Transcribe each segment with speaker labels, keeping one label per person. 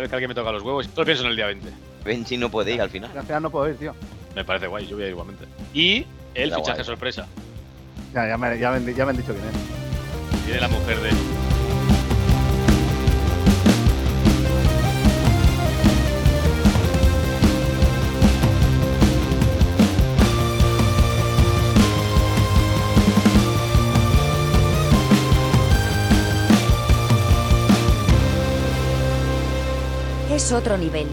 Speaker 1: vez que alguien me toca los huevos, solo pienso en el día 20.
Speaker 2: Ven si no podéis al final.
Speaker 3: Al final no puedo ir, tío.
Speaker 1: Me parece guay, yo voy a ir igualmente. Y el
Speaker 2: Está
Speaker 1: fichaje
Speaker 2: guay.
Speaker 1: sorpresa.
Speaker 3: Ya, ya, me, ya, me, han di- ya me han dicho quién es.
Speaker 1: Tiene la mujer de.
Speaker 4: Es otro nivel.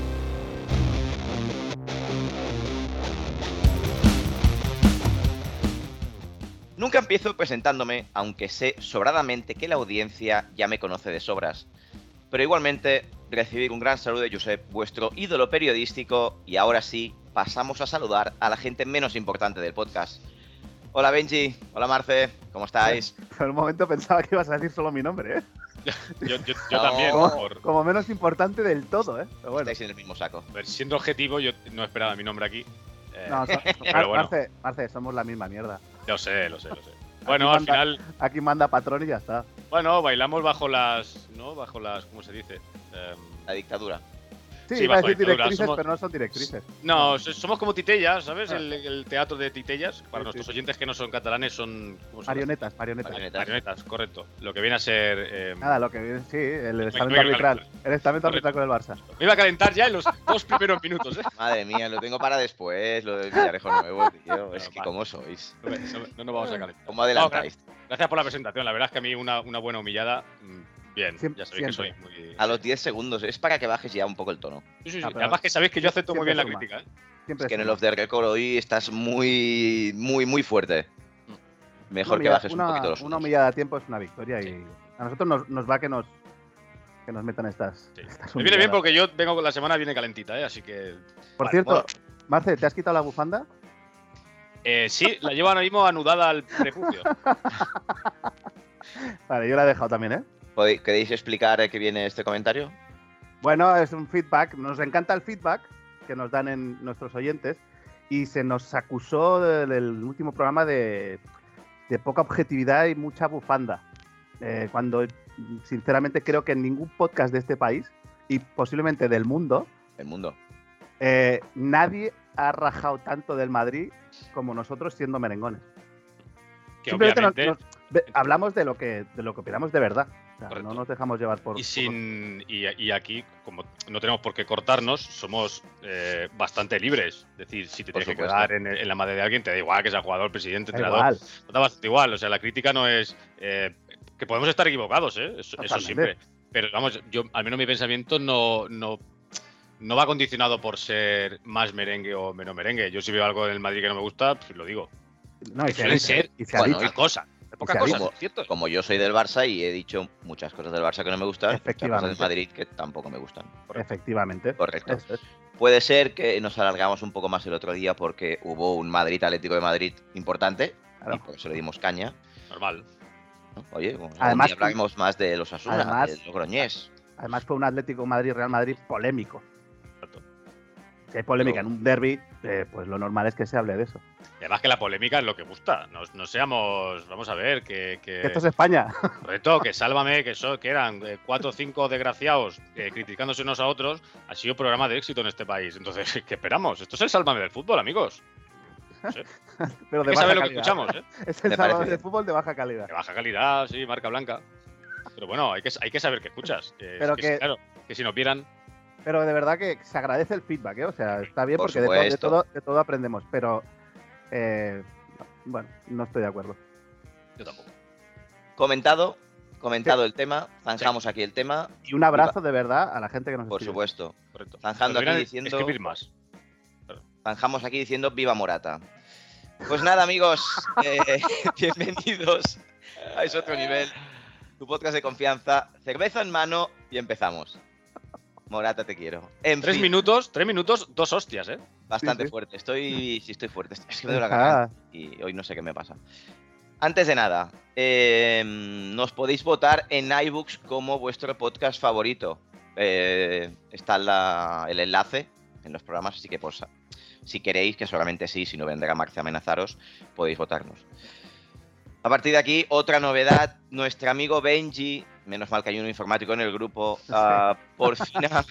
Speaker 2: Nunca empiezo presentándome, aunque sé sobradamente que la audiencia ya me conoce de sobras. Pero igualmente, recibir un gran saludo de Josep, vuestro ídolo periodístico, y ahora sí, pasamos a saludar a la gente menos importante del podcast. Hola Benji, hola Marce, ¿cómo estáis?
Speaker 3: En un momento pensaba que ibas a decir solo mi nombre, ¿eh?
Speaker 1: Yo, yo- yo
Speaker 2: No.
Speaker 1: también, por.
Speaker 3: Como menos importante del todo, ¿eh? Pero bueno.
Speaker 2: Estáis en el mismo saco.
Speaker 1: a ver, siendo objetivo, yo no esperaba mi nombre aquí. Eh,
Speaker 3: No, so-
Speaker 1: Pero bueno.
Speaker 3: Marce, Marce, somos la misma mierda.
Speaker 1: Lo sé, lo sé, lo sé. Bueno, al
Speaker 3: manda-
Speaker 1: final.
Speaker 3: Aquí manda patrón y ya está.
Speaker 1: Bueno, bailamos bajo las. ¿No? Bajo las. ¿Cómo se dice? Em,
Speaker 2: La dictadura.
Speaker 3: Sí,
Speaker 1: Sí,
Speaker 3: iba a
Speaker 1: bajo
Speaker 3: decir
Speaker 1: dictadura,
Speaker 3: directrices,
Speaker 1: somos-
Speaker 3: pero no son directrices.
Speaker 1: no, so- somos como titellas, ¿sabes?
Speaker 3: Ah.
Speaker 1: El, el teatro de titellas. Para
Speaker 3: Sí,
Speaker 1: nuestros oyentes que no son catalanes, son. ¿cómo se llama?
Speaker 3: Marionetas, marionetas.
Speaker 2: Marionetas.
Speaker 1: Marionetas, correcto. Lo que viene a ser. em,
Speaker 3: Nada, lo que viene, sí, el estamento
Speaker 1: venga,
Speaker 3: arbitral. El estamento arbitral con el Barça.
Speaker 1: Me iba a calentar ya en los dos primeros minutos, ¿eh?
Speaker 2: Madre mía, lo tengo para después, lo del Villarejo Nuevo, tío. Es que
Speaker 1: vale.
Speaker 2: cómo sois.
Speaker 1: No, me- no nos vamos a calentar.
Speaker 2: ¿Cómo adelantáis?
Speaker 1: Gracias por la presentación. La verdad es que a mí una, una buena humillada. mm, Bien,
Speaker 3: Siem-
Speaker 1: ya sabéis que soy
Speaker 3: siempre.
Speaker 1: muy.
Speaker 2: A los 10 segundos, es para que bajes ya un poco el tono.
Speaker 1: Sí, sí, sí.
Speaker 3: Ah, pero-
Speaker 1: Además que sabéis que yo acepto muy
Speaker 3: siempre
Speaker 1: bien la
Speaker 3: suma.
Speaker 1: crítica, ¿eh?
Speaker 3: Siempre
Speaker 2: Es que en
Speaker 3: sí.
Speaker 2: el off the record hoy estás muy, muy, muy fuerte. Mejor
Speaker 3: Una
Speaker 2: que
Speaker 3: humilla-
Speaker 2: bajes
Speaker 3: una,
Speaker 2: un poquito los
Speaker 3: Una
Speaker 2: humos.
Speaker 3: humillada a tiempo es una victoria
Speaker 1: Sí.
Speaker 3: y a nosotros nos, nos va que nos, que nos metan estas.
Speaker 1: Sí.
Speaker 3: estas
Speaker 1: Me viene bien
Speaker 3: humilladas.
Speaker 1: porque yo vengo con la semana viene calentita, ¿eh? Así que.
Speaker 3: Por
Speaker 1: Vale,
Speaker 3: cierto,
Speaker 1: bueno.
Speaker 3: Marce, ¿te has quitado la bufanda?
Speaker 1: Eh, sí, la llevo ahora mismo anudada al prejuicio.
Speaker 3: Vale, yo la he dejado también, ¿eh?
Speaker 2: ¿Podéis- ¿Queréis explicar a qué viene este comentario?
Speaker 3: Bueno, es un feedback. Nos encanta el feedback que nos dan en nuestros oyentes y se nos acusó del, del último programa de, de poca objetividad y mucha bufanda. Eh, cuando sinceramente creo que en ningún podcast de este país y posiblemente del mundo
Speaker 2: El mundo.
Speaker 3: eh, nadie ha rajado tanto del Madrid como nosotros siendo merengones.
Speaker 1: Que
Speaker 3: Simplemente nos-
Speaker 1: obviamente.
Speaker 3: nos- ve- hablamos de lo que de lo que opinamos de verdad. O sea,
Speaker 1: Correcto.
Speaker 3: no nos dejamos llevar por.
Speaker 1: Y, sin, y, y aquí, como no tenemos por qué cortarnos, somos eh, bastante libres. Es decir, si te
Speaker 2: Por
Speaker 1: tienes que
Speaker 2: supuesto.
Speaker 1: quedar en, en la madre de alguien, te da igual que sea jugador, presidente,
Speaker 3: Da
Speaker 1: entrenador.
Speaker 3: igual.
Speaker 1: No da bastante igual. O sea, la crítica no es. eh, que podemos estar equivocados, ¿eh? Eso, eso
Speaker 3: Totalmente.
Speaker 1: siempre. Pero vamos, yo, al menos mi pensamiento no, no, no va condicionado por ser más merengue o menos merengue. Yo si veo algo en el Madrid que no me gusta, pues lo digo.
Speaker 3: No, y se ha
Speaker 1: Suelen
Speaker 3: dicho,
Speaker 1: ser-
Speaker 3: y se ha
Speaker 2: Bueno,
Speaker 3: dicho.
Speaker 1: Poca cosa. Poca
Speaker 3: se ha
Speaker 1: cosa,
Speaker 2: dicho.
Speaker 1: ¿cierto?
Speaker 2: Como yo soy del Barça y he dicho muchas cosas del Barça que no me gustan, muchas cosas del
Speaker 3: Efectivamente.
Speaker 2: Madrid que tampoco me gustan.
Speaker 3: Efectivamente.
Speaker 2: Correcto.
Speaker 3: Eso es.
Speaker 2: Puede ser que nos alargamos un poco más el otro día porque hubo un Madrid Atlético de Madrid importante
Speaker 3: Claro.
Speaker 2: y por eso le dimos caña.
Speaker 1: Normal.
Speaker 2: ¿no? Oye, bueno, algún
Speaker 3: Además-
Speaker 2: día hablaremos más de los Asuna,
Speaker 3: Además-
Speaker 2: de Logroñés.
Speaker 3: Además fue un Atlético Madrid Real Madrid polémico.
Speaker 1: Exacto.
Speaker 3: Si hay polémica en un derby, pues lo normal es que se hable de eso.
Speaker 1: Y además que la polémica es lo que gusta. No, no seamos, vamos a ver, que, que
Speaker 3: Esto es España.
Speaker 1: reto, que sálvame, que, so- que eran eh, cuatro o cinco desgraciados eh, criticándose unos a otros, ha sido programa de éxito en este país. Entonces, ¿qué esperamos? Esto es el sálvame del fútbol, amigos.
Speaker 3: Pero
Speaker 1: Hay
Speaker 3: de
Speaker 1: que
Speaker 3: baja
Speaker 1: saber lo
Speaker 3: calidad.
Speaker 1: que escuchamos, ¿eh?
Speaker 3: Es el
Speaker 2: Me
Speaker 3: sábado
Speaker 2: parece
Speaker 3: de
Speaker 2: bien.
Speaker 3: fútbol de baja calidad.
Speaker 1: De baja calidad, sí, marca blanca. Pero bueno, hay que, hay que saber qué escuchas. Eh,
Speaker 3: Pero
Speaker 1: es que,
Speaker 3: que-
Speaker 1: claro, que si nos vieran,
Speaker 3: Pero de verdad que se agradece el feedback, ¿eh? O sea, está bien
Speaker 2: Por
Speaker 3: porque de todo, de,
Speaker 2: supuesto.
Speaker 3: todo, de todo aprendemos. Pero, eh, bueno, no estoy de acuerdo.
Speaker 1: yo tampoco.
Speaker 2: Comentado, comentado el tema, zanjamos aquí el tema,
Speaker 3: Y un abrazo de verdad a la gente que nos
Speaker 2: por
Speaker 3: escribe.
Speaker 2: supuesto.
Speaker 1: Correcto. Nos
Speaker 2: Zanjando aquí
Speaker 1: deberían
Speaker 2: diciendo-
Speaker 1: Escribir más.
Speaker 2: zanjamos aquí diciendo viva Morata. Pues nada, amigos, eh, bienvenidos a Es Otro Nivel, tu podcast de confianza, cerveza en mano y empezamos. Morata, te quiero. En
Speaker 1: Tres
Speaker 2: fin,
Speaker 1: minutos, tres minutos, dos hostias, ¿eh?
Speaker 2: bastante
Speaker 3: Sí, sí.
Speaker 2: fuerte. Estoy, sí, estoy fuerte. Es que me duele la garganta
Speaker 3: Ah,
Speaker 2: y hoy no sé qué me pasa. Antes de nada, eh, nos podéis votar en iBooks como vuestro podcast favorito. Eh, está la- el enlace en los programas, así que pues, si queréis, que solamente sí, si no vendrá Marce a amenazaros, podéis votarnos. A partir de aquí, otra novedad, nuestro amigo Benji, menos mal que hay un informático en el grupo, ah, por fin ha,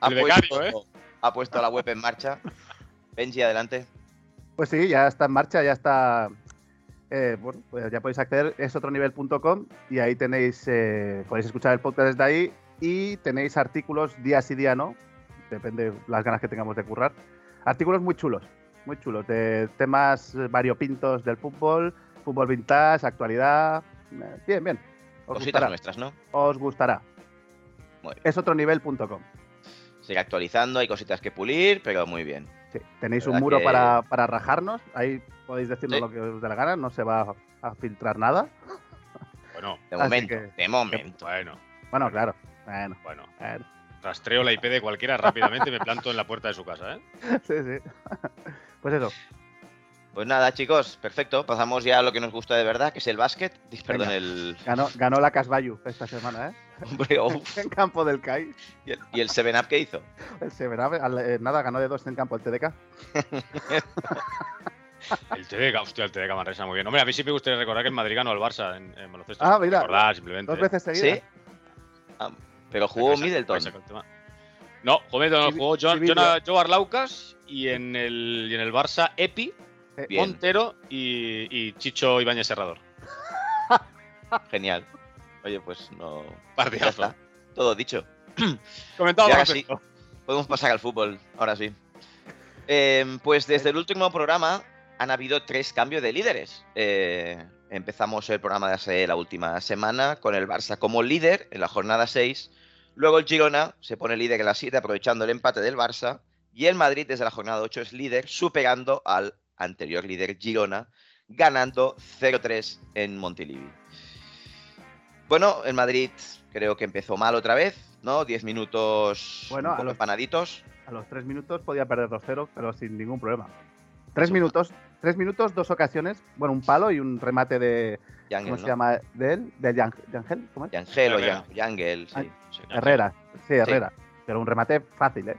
Speaker 2: ha
Speaker 1: El becario,
Speaker 2: puesto- ha puesto la web en marcha. Benji, adelante.
Speaker 3: Pues sí, ya está en marcha, ya está. eh, bueno, pues ya podéis acceder, es otronivel.com y ahí tenéis, eh, podéis escuchar el podcast desde ahí y tenéis artículos día sí, día no, depende las ganas que tengamos de currar. Artículos muy chulos, muy chulos, de temas variopintos del fútbol, fútbol vintage, actualidad. eh, Bien, bien. Os
Speaker 2: Cositas
Speaker 3: gustará.
Speaker 2: nuestras, ¿no?
Speaker 3: Os gustará.
Speaker 2: Muy bien.
Speaker 3: Es otronivel.com.
Speaker 2: Sigue actualizando, hay cositas que pulir, pero muy bien.
Speaker 3: Sí, tenéis
Speaker 2: ¿Verdad
Speaker 3: un muro
Speaker 2: que-
Speaker 3: para, para rajarnos, ahí podéis decirnos
Speaker 2: Sí.
Speaker 3: lo que os dé la gana, no se va a, a filtrar nada.
Speaker 1: Bueno,
Speaker 2: De
Speaker 3: Así
Speaker 2: momento,
Speaker 3: que-
Speaker 2: de momento.
Speaker 1: bueno,
Speaker 3: Bueno, claro. Bueno,
Speaker 1: bueno.
Speaker 3: bueno.
Speaker 1: Rastreo la IP de cualquiera rápidamente y me planto en la puerta de su casa, ¿eh?
Speaker 3: Sí, sí. Pues eso.
Speaker 2: Pues nada, chicos, perfecto. Pasamos ya a lo que nos gusta de verdad, que es el básquet. Perdón,
Speaker 3: Venga.
Speaker 2: el.
Speaker 3: Ganó, ganó la Casbayu esta semana, ¿eh?
Speaker 2: Hombre, uf.
Speaker 3: En campo del CAI.
Speaker 2: ¿Y el- ¿Y el 7-Up que hizo?
Speaker 3: El Severave- al- eh, nada, ganó de dos en campo el TDK.
Speaker 1: El TDK, hostia, el TDK Manresa, muy bien. Hombre, a mí sí me gustaría recordar que el Madrid ganó al Barça en, en baloncesto.
Speaker 3: Ah, mira.
Speaker 1: Recordar, simplemente.
Speaker 3: Dos
Speaker 1: ¿eh?
Speaker 3: veces seguidas.
Speaker 2: Sí. Ah, pero jugó
Speaker 1: Vais a-
Speaker 2: Middleton.
Speaker 1: vais a con el tema. No, jugó Middleton,
Speaker 3: Chivi-
Speaker 1: jugó John,
Speaker 3: Chivillo.
Speaker 1: Jonah- Joe Arlaucas y en el, y en el Barça Epi,
Speaker 3: Eh,
Speaker 2: Bien.
Speaker 1: Montero y, y Chicho Ibáñez Serrador.
Speaker 2: Genial. Oye, pues no. Ya
Speaker 1: Partidazo.
Speaker 2: está. Todo dicho.
Speaker 1: Comentado
Speaker 2: Y ahora
Speaker 1: por
Speaker 2: sí.
Speaker 1: Francisco.
Speaker 2: Podemos pasar al fútbol, ahora sí. Eh, pues desde el último programa han habido tres cambios de líderes. Eh, empezamos el programa de hace la última semana con el Barça como líder en la jornada 6. Luego el Girona se pone líder en la 7 aprovechando el empate del Barça. Y el Madrid desde la jornada 8 es líder superando al anterior líder Girona, ganando 0-3 en Montilivi. Bueno, el Madrid creo que empezó mal otra vez, ¿no? 10 minutos
Speaker 3: Bueno,
Speaker 2: un
Speaker 3: a
Speaker 2: poco
Speaker 3: los-
Speaker 2: empanaditos.
Speaker 3: A los tres minutos podía perder 2-0, pero sin ningún problema. Tres
Speaker 2: Eso.
Speaker 3: minutos, tres minutos, dos ocasiones. Bueno, un palo y un remate de.
Speaker 2: Y
Speaker 3: ¿Cómo
Speaker 2: Ángel,
Speaker 3: se
Speaker 2: ¿no?
Speaker 3: llama? De él, de Yang- de Ángel, ¿cómo es?
Speaker 2: Y Ángel o
Speaker 1: Herrera.
Speaker 2: Yang- Yangel, sí,
Speaker 3: Ay.
Speaker 2: sí.
Speaker 3: Herrera. Sí, Herrera. Pero un remate fácil, ¿eh?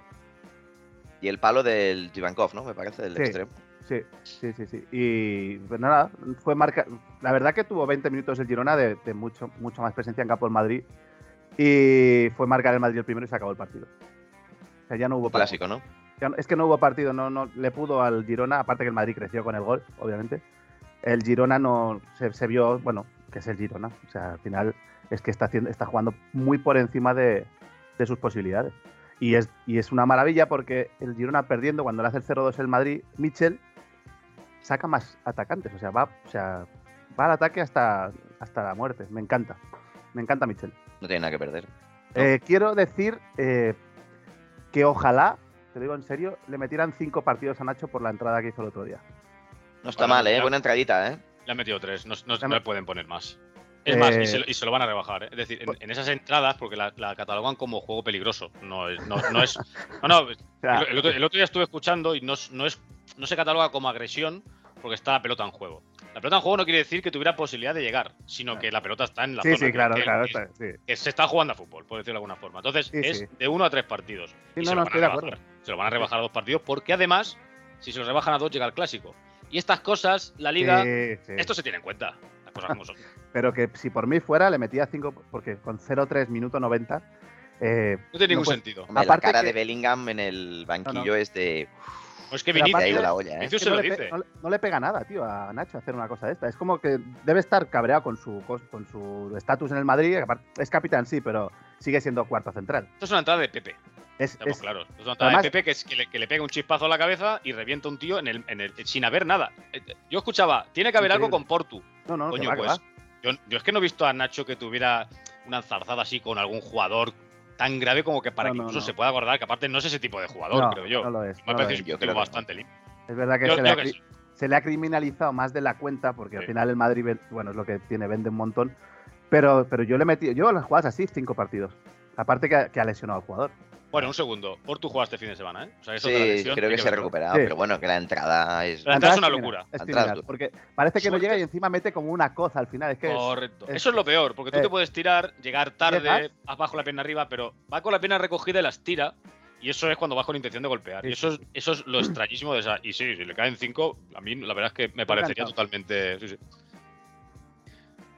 Speaker 2: Y el palo del Tibankov, ¿no? Me parece, del
Speaker 3: Sí.
Speaker 2: extremo.
Speaker 3: Sí, sí, sí, sí. Y pues nada, fue marca. La verdad que tuvo 20 minutos el Girona de, de mucho, mucho más presencia en campo del Madrid. Y fue marcar el Madrid el primero y se acabó el partido. O sea, ya no hubo
Speaker 2: Un clásico,
Speaker 3: partido.
Speaker 2: ¿no?
Speaker 3: Ya no- es que no hubo partido, no, no le pudo al Girona, aparte que el Madrid creció con el gol, obviamente. El Girona no se, se vio, bueno, que es el Girona. O sea, al final es que está, haciendo, está jugando muy por encima de, de sus posibilidades. Y es, y es una maravilla porque el Girona perdiendo, cuando le hace el 0-2 el Madrid, Mitchell saca más atacantes. O sea, va, o sea, va al ataque hasta, hasta la muerte. Me encanta. Me encanta Mitchell.
Speaker 2: No tiene nada que perder.
Speaker 3: Eh, quiero decir eh, que ojalá, te lo digo en serio, le metieran cinco partidos a Nacho por la entrada que hizo el otro día.
Speaker 2: No está
Speaker 1: Bueno,
Speaker 2: mal, ¿eh?
Speaker 1: ya.
Speaker 2: Buena entradita, ¿eh?
Speaker 1: Le han metido tres, no, no-
Speaker 3: Le han-
Speaker 1: no le pueden poner más. Es más,
Speaker 3: Eh,
Speaker 1: y se, lo, y se lo van a rebajar. ¿eh? Es decir, en,
Speaker 3: Pues
Speaker 1: en esas entradas, porque la, la catalogan como juego peligroso. No es. No, no es no, no,
Speaker 3: O sea,
Speaker 1: el, otro, el otro día estuve escuchando y no, es- no es, no se cataloga como agresión porque está la pelota en juego. La pelota en juego no quiere decir que tuviera posibilidad de llegar, sino que la pelota está en la
Speaker 3: sí,
Speaker 1: zona.
Speaker 3: sí, claro,
Speaker 1: que-
Speaker 3: claro.
Speaker 1: que-
Speaker 3: está- sí.
Speaker 1: que se está jugando a fútbol, por decirlo de alguna forma. Entonces,
Speaker 3: Sí,
Speaker 1: es
Speaker 3: sí.
Speaker 1: de uno a tres partidos. Y
Speaker 3: Sí, no,
Speaker 1: se, lo
Speaker 3: no,
Speaker 1: van a
Speaker 3: estoy de
Speaker 1: rebajar. se lo van a rebajar a dos partidos, porque además, si se los rebajan a dos, llega el clásico. Y estas cosas, la liga,
Speaker 3: Sí, sí.
Speaker 1: esto se tiene en cuenta. Las cosas como son.
Speaker 3: Pero que si por mí fuera, le metía cinco, porque con 0-3 minuto 90. eh,
Speaker 1: No tiene
Speaker 3: No,
Speaker 1: ningún
Speaker 3: pues,
Speaker 1: sentido.
Speaker 2: Hombre,
Speaker 3: Aparte
Speaker 2: la cara
Speaker 3: que-
Speaker 2: de Bellingham en el banquillo es de...
Speaker 1: No es que
Speaker 3: Pero
Speaker 2: Te ha
Speaker 1: Vinicius,
Speaker 2: ido
Speaker 3: aparte-
Speaker 2: la olla, ¿eh?
Speaker 1: Vinicius
Speaker 3: que
Speaker 1: se
Speaker 3: no,
Speaker 1: lo
Speaker 3: le pe-
Speaker 1: dice.
Speaker 3: no le- no le pega nada, tío, a Nacho hacer una cosa de esta. Es como que debe estar cabreado con su cos- con su estatus en el Madrid. que aparte- Es capitán, sí, pero sigue siendo cuarto central.
Speaker 1: Esto es una entrada de Pepe,
Speaker 3: Es,
Speaker 1: estamos
Speaker 3: es-
Speaker 1: claros. Esto es una entrada
Speaker 3: Además-
Speaker 1: de Pepe que, es, que, le, que le pega un chispazo a la cabeza y revienta un tío en el, en el- sin haber nada. Eh, Yo escuchaba, tiene que haber algo
Speaker 3: Increíble.
Speaker 1: con Portu.
Speaker 3: no, no, que
Speaker 1: Coño,
Speaker 3: va, que
Speaker 1: pues.
Speaker 3: va.
Speaker 1: Yo, yo es que no he visto a Nacho que tuviera una enzarzada así con algún jugador tan grave como que para
Speaker 3: No,
Speaker 1: que
Speaker 3: no,
Speaker 1: incluso
Speaker 3: no.
Speaker 1: se pueda acordar, que aparte no es ese tipo de jugador,
Speaker 3: No,
Speaker 1: creo yo.
Speaker 3: no lo es,
Speaker 1: me
Speaker 3: no lo
Speaker 1: parece
Speaker 3: es.
Speaker 1: un
Speaker 2: Yo
Speaker 1: tipo
Speaker 2: creo que
Speaker 1: bastante limpio.
Speaker 3: Es verdad que
Speaker 1: Yo-
Speaker 3: se
Speaker 1: yo
Speaker 3: le ha
Speaker 1: que
Speaker 3: cri-
Speaker 1: sí.
Speaker 3: se le ha criminalizado más de la cuenta, porque al
Speaker 1: Sí.
Speaker 3: final el Madrid, ven- bueno, es lo que tiene, vende un montón. Pero, pero yo le metí, yo a las jugadas así, cinco partidos. Aparte que, ha- que ha lesionado al jugador.
Speaker 1: Bueno, un segundo. Por tu jugaste este fin de semana, ¿eh? O sea, eso de la
Speaker 2: Sí,
Speaker 1: lesión
Speaker 2: creo
Speaker 1: hay
Speaker 2: que se ha
Speaker 1: verlo.
Speaker 2: recuperado,
Speaker 3: Sí.
Speaker 2: pero bueno, que la entrada es...
Speaker 1: La entrada es una
Speaker 3: criminal,
Speaker 1: locura.
Speaker 3: es
Speaker 2: La entrada
Speaker 3: criminal,
Speaker 2: es dura.
Speaker 3: porque parece que
Speaker 1: Suerte.
Speaker 3: no llega y encima mete como una coza al final. Es que es-
Speaker 1: Correcto.
Speaker 3: es-
Speaker 1: Eso es lo peor, porque tú
Speaker 3: eh,
Speaker 1: te puedes tirar, llegar tarde,
Speaker 3: llegas-
Speaker 1: abajo la pierna arriba, pero va con la pierna recogida y las tira. Y eso es cuando vas con intención de golpear.
Speaker 3: Sí,
Speaker 1: Y eso es, eso es lo extrañísimo de esa. Y sí, si le caen cinco, a mí la verdad es que me parecería
Speaker 3: encantado.
Speaker 1: totalmente. sí, sí.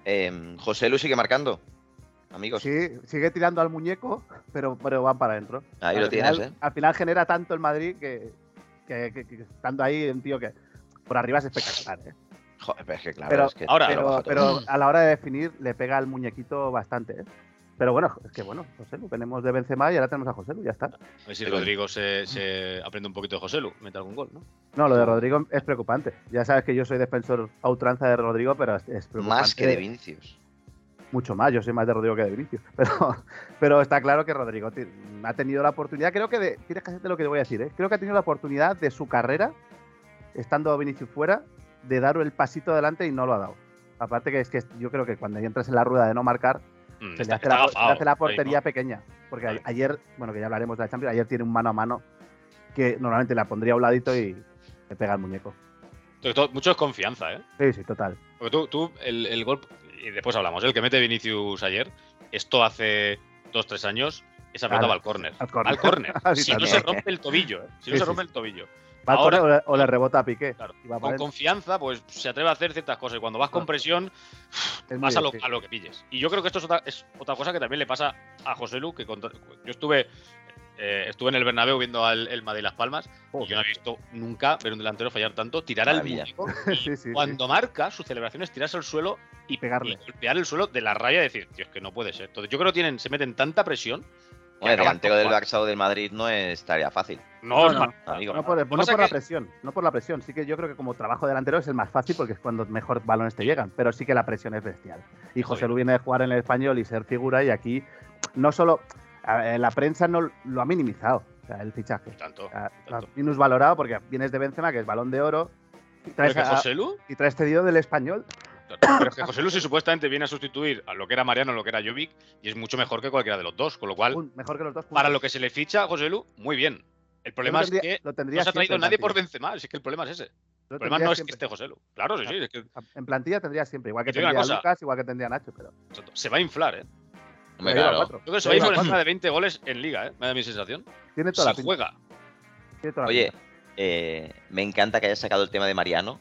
Speaker 2: Em, Eh, José Lu sigue marcando. amigos.
Speaker 3: Sí, sigue tirando al muñeco, pero, pero van para adentro.
Speaker 2: Ahí
Speaker 3: al
Speaker 2: lo tienes,
Speaker 3: final-
Speaker 2: ¿eh?
Speaker 3: Al final genera tanto el Madrid que, que- que- que estando ahí un tío que por arriba es espectacular. ¿eh?
Speaker 2: Joder, pero es que claro,
Speaker 3: pero-
Speaker 2: es que
Speaker 1: ahora-
Speaker 2: te lo
Speaker 3: Pero,
Speaker 2: baja
Speaker 3: pero
Speaker 2: todo.
Speaker 3: a la hora de definir le pega al muñequito bastante. ¿eh? Pero bueno, es que bueno, José Lu, venimos de Benzema y ahora tenemos a José Lu, ya está.
Speaker 1: A ver si
Speaker 2: Pero-
Speaker 1: Rodrigo se, se aprende un poquito de José Lu, mete algún gol, ¿no?
Speaker 3: No, lo de Rodrigo es preocupante. Ya sabes que yo soy defensor a ultranza de Rodrigo, pero es, es preocupante.
Speaker 2: más que de Vinicius.
Speaker 3: mucho más. Yo soy más de Rodrigo que de Vinicius. Pero, pero está claro que Rodrigo ti- ha tenido la oportunidad, creo que de, tienes que hacerte lo que te voy a decir, ¿eh? creo que ha tenido la oportunidad de su carrera, estando Vinicius fuera, de dar el pasito adelante y no lo ha dado. Aparte que es que yo creo que cuando entras en la rueda de no marcar,
Speaker 1: Mm,
Speaker 3: se le
Speaker 1: está-
Speaker 3: Pues hace, la,
Speaker 1: está
Speaker 3: se le
Speaker 1: agafado
Speaker 3: hace la
Speaker 1: ahí, ¿no?
Speaker 3: portería pequeña. Porque a-
Speaker 1: Ahí.
Speaker 3: ayer, bueno, que ya hablaremos de la Champions, ayer tiene un mano a mano que normalmente la pondría a un ladito y le pega al muñeco.
Speaker 1: Sobre todo, Mucho es confianza, ¿eh?
Speaker 3: Sí, sí, total.
Speaker 1: Porque tú, tú el, el gol, y después hablamos, ¿eh? el que mete Vinicius ayer, esto hace dos, tres años, es apretaba
Speaker 3: Claro,
Speaker 1: al córner.
Speaker 3: al córner.
Speaker 1: Al córner.
Speaker 3: Así
Speaker 1: si no
Speaker 3: también.
Speaker 1: se rompe el tobillo, ¿eh? si no
Speaker 3: Sí,
Speaker 1: se
Speaker 3: sí,
Speaker 1: rompe el tobillo.
Speaker 3: Va al
Speaker 1: Ahora-
Speaker 3: córner o le- o le rebota a Piqué.
Speaker 1: Claro.
Speaker 3: y va para
Speaker 1: Con
Speaker 3: adentro.
Speaker 1: confianza, pues se atreve a hacer ciertas cosas. Y cuando vas con
Speaker 3: Claro.
Speaker 1: presión,
Speaker 3: Es muy
Speaker 1: vas a lo,
Speaker 3: bien, sí.
Speaker 1: a lo que pilles. Y yo creo que esto es otra, es otra cosa que también le pasa a José Lu, que contra- yo estuve, eh, estuve en el Bernabéu viendo al el Madrid Las Palmas, y yo no he visto nunca ver un delantero fallar tanto, tirar
Speaker 2: Maravilla.
Speaker 1: al muñeco. y
Speaker 3: Sí, sí, sí.
Speaker 1: cuando marca, su celebración es tirarse al suelo y
Speaker 3: Pegarle.
Speaker 1: y golpear el suelo de la raya y decir, Dios, que no puede ser. Entonces yo creo que tienen, se meten tanta presión.
Speaker 2: Bueno, el
Speaker 1: acaban
Speaker 2: delantero
Speaker 1: con
Speaker 2: del
Speaker 1: cuatro.
Speaker 2: Barça o del Madrid no es tarea fácil,
Speaker 1: No,
Speaker 3: No, no.
Speaker 1: para-
Speaker 2: amigo.
Speaker 3: No por, no
Speaker 1: pasa
Speaker 3: por la
Speaker 1: que-
Speaker 3: presión, no por la presión. Sí que yo creo que como trabajo delantero es el más fácil porque es cuando mejor balones te llegan, pero sí que la presión es bestial. Y José
Speaker 1: Joder.
Speaker 3: Lu viene de jugar en el español y ser figura y aquí no solo a ver, la prensa no lo ha minimizado o sea, el fichaje.
Speaker 1: Tanto.
Speaker 3: O sea, Lo ha
Speaker 1: Exacto.
Speaker 3: Ah, minusvalorado porque vienes de Benzema que es balón de oro y
Speaker 1: Pero es
Speaker 3: traes,
Speaker 1: que
Speaker 3: a-
Speaker 1: José Lu,
Speaker 3: y traes cedido del español.
Speaker 1: pero es que José Lu sí, supuestamente viene a sustituir a lo que era Mariano, a lo que era Jovic, y es mucho mejor que cualquiera de los dos. Con lo cual,
Speaker 3: un- mejor que los dos.
Speaker 1: para
Speaker 3: juntos.
Speaker 1: lo que se le ficha a José Lu, muy bien. El
Speaker 3: Yo lo
Speaker 1: problema es
Speaker 3: tendría-
Speaker 1: que
Speaker 3: lo
Speaker 1: no
Speaker 3: tendría
Speaker 1: se ha
Speaker 3: siempre
Speaker 1: traído
Speaker 3: en
Speaker 1: nadie por
Speaker 3: plantilla.
Speaker 1: Benzema, si es que el problema es ese. El
Speaker 3: Lo
Speaker 1: problema
Speaker 3: tendría
Speaker 1: no es que
Speaker 3: siempre.
Speaker 1: esté José Lu. Claro, sí, sí. es que-
Speaker 3: En plantilla tendría siempre, igual que
Speaker 1: Y te digo una
Speaker 3: tendría a
Speaker 1: cosa.
Speaker 3: Lucas, igual que tendría a Nacho, pero
Speaker 1: exacto, se va a inflar, ¿eh?
Speaker 2: Hombre,
Speaker 3: pero lleva
Speaker 2: claro.
Speaker 3: cuatro.
Speaker 1: Yo creo que se
Speaker 3: Ya
Speaker 1: va a
Speaker 3: lleva
Speaker 1: inflar encima
Speaker 3: cuatro.
Speaker 1: de 20 goles en liga, ¿eh? Me da mi sensación.
Speaker 3: Tiene toda la
Speaker 1: Si
Speaker 3: pinta.
Speaker 1: juega.
Speaker 3: tiene toda la
Speaker 2: Oye,
Speaker 3: pinta.
Speaker 2: eh, me encanta que hayas sacado el tema de Mariano,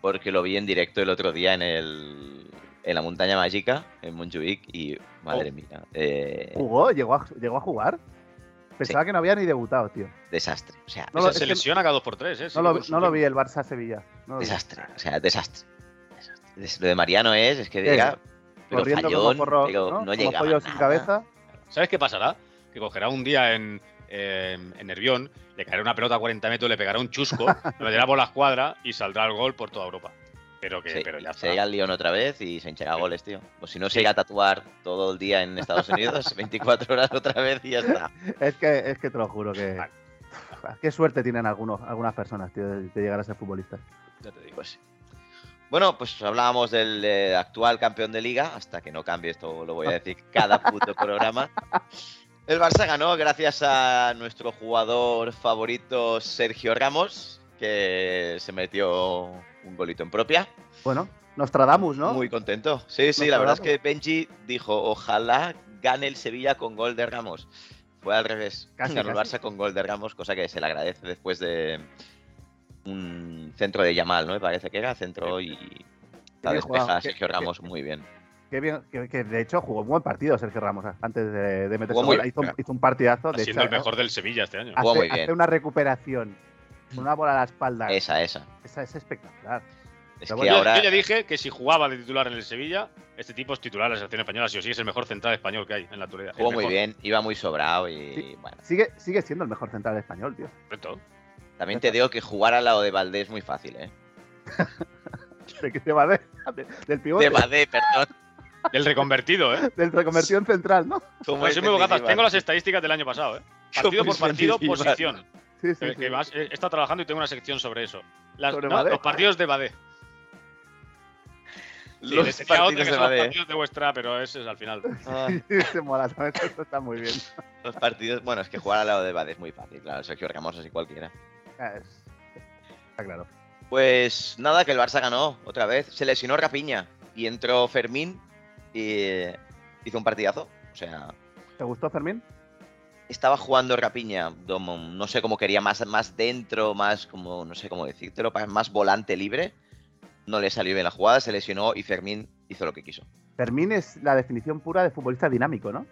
Speaker 2: porque lo vi en directo el otro día en el en la montaña mágica, en Montjuic, y madre
Speaker 1: Oh.
Speaker 2: mía, eh,
Speaker 3: jugó, llegó a, llegó a jugar. Pensaba que no había ni debutado, tío.
Speaker 2: desastre. O sea,
Speaker 3: No
Speaker 1: se
Speaker 3: lo- es
Speaker 1: se
Speaker 3: que-
Speaker 1: lesiona cada 2x3, ¿eh? Sí,
Speaker 3: No lo,
Speaker 1: con
Speaker 3: vi-
Speaker 1: su
Speaker 3: no lo
Speaker 1: tiempo.
Speaker 3: vi el Barça Sevilla. No lo vi.
Speaker 2: desastre. O sea, desastre. desastre. Des- Lo de Mariano es, es que
Speaker 3: Sí,
Speaker 2: era, pero
Speaker 3: Corriendo
Speaker 2: fallón,
Speaker 3: como porro,
Speaker 2: pero
Speaker 3: ¿no?
Speaker 2: no
Speaker 3: como
Speaker 2: llegaba
Speaker 3: pollo sin
Speaker 2: nada.
Speaker 3: cabeza.
Speaker 1: ¿Sabes qué pasará? Que cogerá un día en, eh, en Nervión, le caerá una pelota a 40 metros, le pegará un chusco, le meterá por la escuadra y saldrá el gol por toda Europa. Pero que,
Speaker 2: se,
Speaker 1: pero ya está.
Speaker 2: se irá al Lyon otra vez y se hinchará goles, tío. O si no, se irá a tatuar todo el día en Estados Unidos, 24 horas otra vez y ya está.
Speaker 3: Es que, es que te lo juro que.
Speaker 1: Vale.
Speaker 3: Qué suerte tienen algunos, algunas personas, tío, de, de llegar a ser futbolistas.
Speaker 1: Ya te digo.
Speaker 2: Pues sí. Bueno, pues hablábamos del eh, actual campeón de liga, hasta que no cambie esto lo voy a decir cada puto programa. El Barça ganó gracias a nuestro jugador favorito Sergio Ramos, que se metió un golito en propia.
Speaker 3: Bueno, Nostradamus, ¿no?
Speaker 2: Muy contento. Sí, sí, la verdad es
Speaker 3: Nostradamus.
Speaker 2: que Benji dijo, ojalá gane el Sevilla con gol de Ramos. Fue al revés.
Speaker 3: Casi,
Speaker 2: Ganó
Speaker 3: casi.
Speaker 2: el Barça con gol de Ramos, cosa que se le agradece después de un centro de Yamal, ¿no? Me parece que era centro y la
Speaker 3: bien jugado.
Speaker 2: despeja
Speaker 3: Qué-
Speaker 2: Sergio
Speaker 3: qué-
Speaker 2: Ramos muy bien.
Speaker 3: Qué bien, que, que de hecho jugó un buen partido Sergio Ramos ¿eh? antes de, de meterse.
Speaker 2: Jugó muy
Speaker 3: gol. Hizo, un-
Speaker 2: bien.
Speaker 3: hizo un partidazo.
Speaker 1: Está
Speaker 3: De
Speaker 1: siendo
Speaker 3: hecho,
Speaker 1: el mejor del Sevilla este año.
Speaker 3: hace,
Speaker 2: Jugó muy bien.
Speaker 3: hace una recuperación. con Una bola a la espalda.
Speaker 2: Esa, esa.
Speaker 3: Esa es espectacular.
Speaker 2: Es que
Speaker 3: Pero bueno,
Speaker 1: Pues Yo-
Speaker 2: ahora
Speaker 1: Yo ya dije que si jugaba de titular en el Sevilla, este tipo es titular en la selección española, sí o sí, es el mejor central español que hay en la actualidad.
Speaker 2: jugó
Speaker 1: El
Speaker 2: muy
Speaker 1: mejor,
Speaker 2: bien, iba muy sobrado y
Speaker 3: Sí.
Speaker 2: bueno.
Speaker 3: Sigue, sigue siendo el mejor central español, tío.
Speaker 1: correcto.
Speaker 2: También te digo que jugar al lado de Valdés es muy fácil, ¿eh?
Speaker 3: ¿De qué te va de- de- del pivote,
Speaker 2: De Valdés, perdón.
Speaker 1: Del reconvertido, ¿eh?
Speaker 3: del reconvertido en central, ¿no?
Speaker 2: Como
Speaker 1: Pues
Speaker 2: es
Speaker 1: soy muy bocazas.
Speaker 2: Mendilibar.
Speaker 1: Tengo las estadísticas del año pasado, ¿eh? Partido por
Speaker 2: Como es
Speaker 1: partido,
Speaker 2: Mendilibar.
Speaker 1: posición.
Speaker 3: Sí, sí,
Speaker 1: Que-
Speaker 3: sí.
Speaker 1: que vas- eh, he estado trabajando y tengo una sección sobre eso. Las-
Speaker 3: Sobre
Speaker 1: no,
Speaker 3: Badé.
Speaker 1: los partidos de Badé. Sí,
Speaker 2: Los
Speaker 1: les decía otra
Speaker 2: partidos
Speaker 1: que
Speaker 2: de
Speaker 1: son los
Speaker 2: Valdés.
Speaker 1: partidos de vuestra, pero ese es al final.
Speaker 2: Ah.
Speaker 3: Se mola, también esto está muy bien.
Speaker 2: Los partidos, bueno, es que jugar al lado de Bade es muy fácil, claro, Sergio Ramos así cualquiera.
Speaker 3: Ah, es- Está claro.
Speaker 2: Pues nada, que el Barça ganó otra vez, se lesionó Rapiña y entró Fermín y eh, hizo un partidazo. O sea,
Speaker 3: ¿Te gustó, Fermín?
Speaker 2: estaba jugando Rapiña, como- no sé cómo quería, más, más dentro, más como, no sé cómo decírtelo, pa- más volante libre. No le salió bien la jugada, se lesionó y Fermín hizo lo que quiso.
Speaker 3: Fermín es la definición pura de futbolista dinámico, ¿no?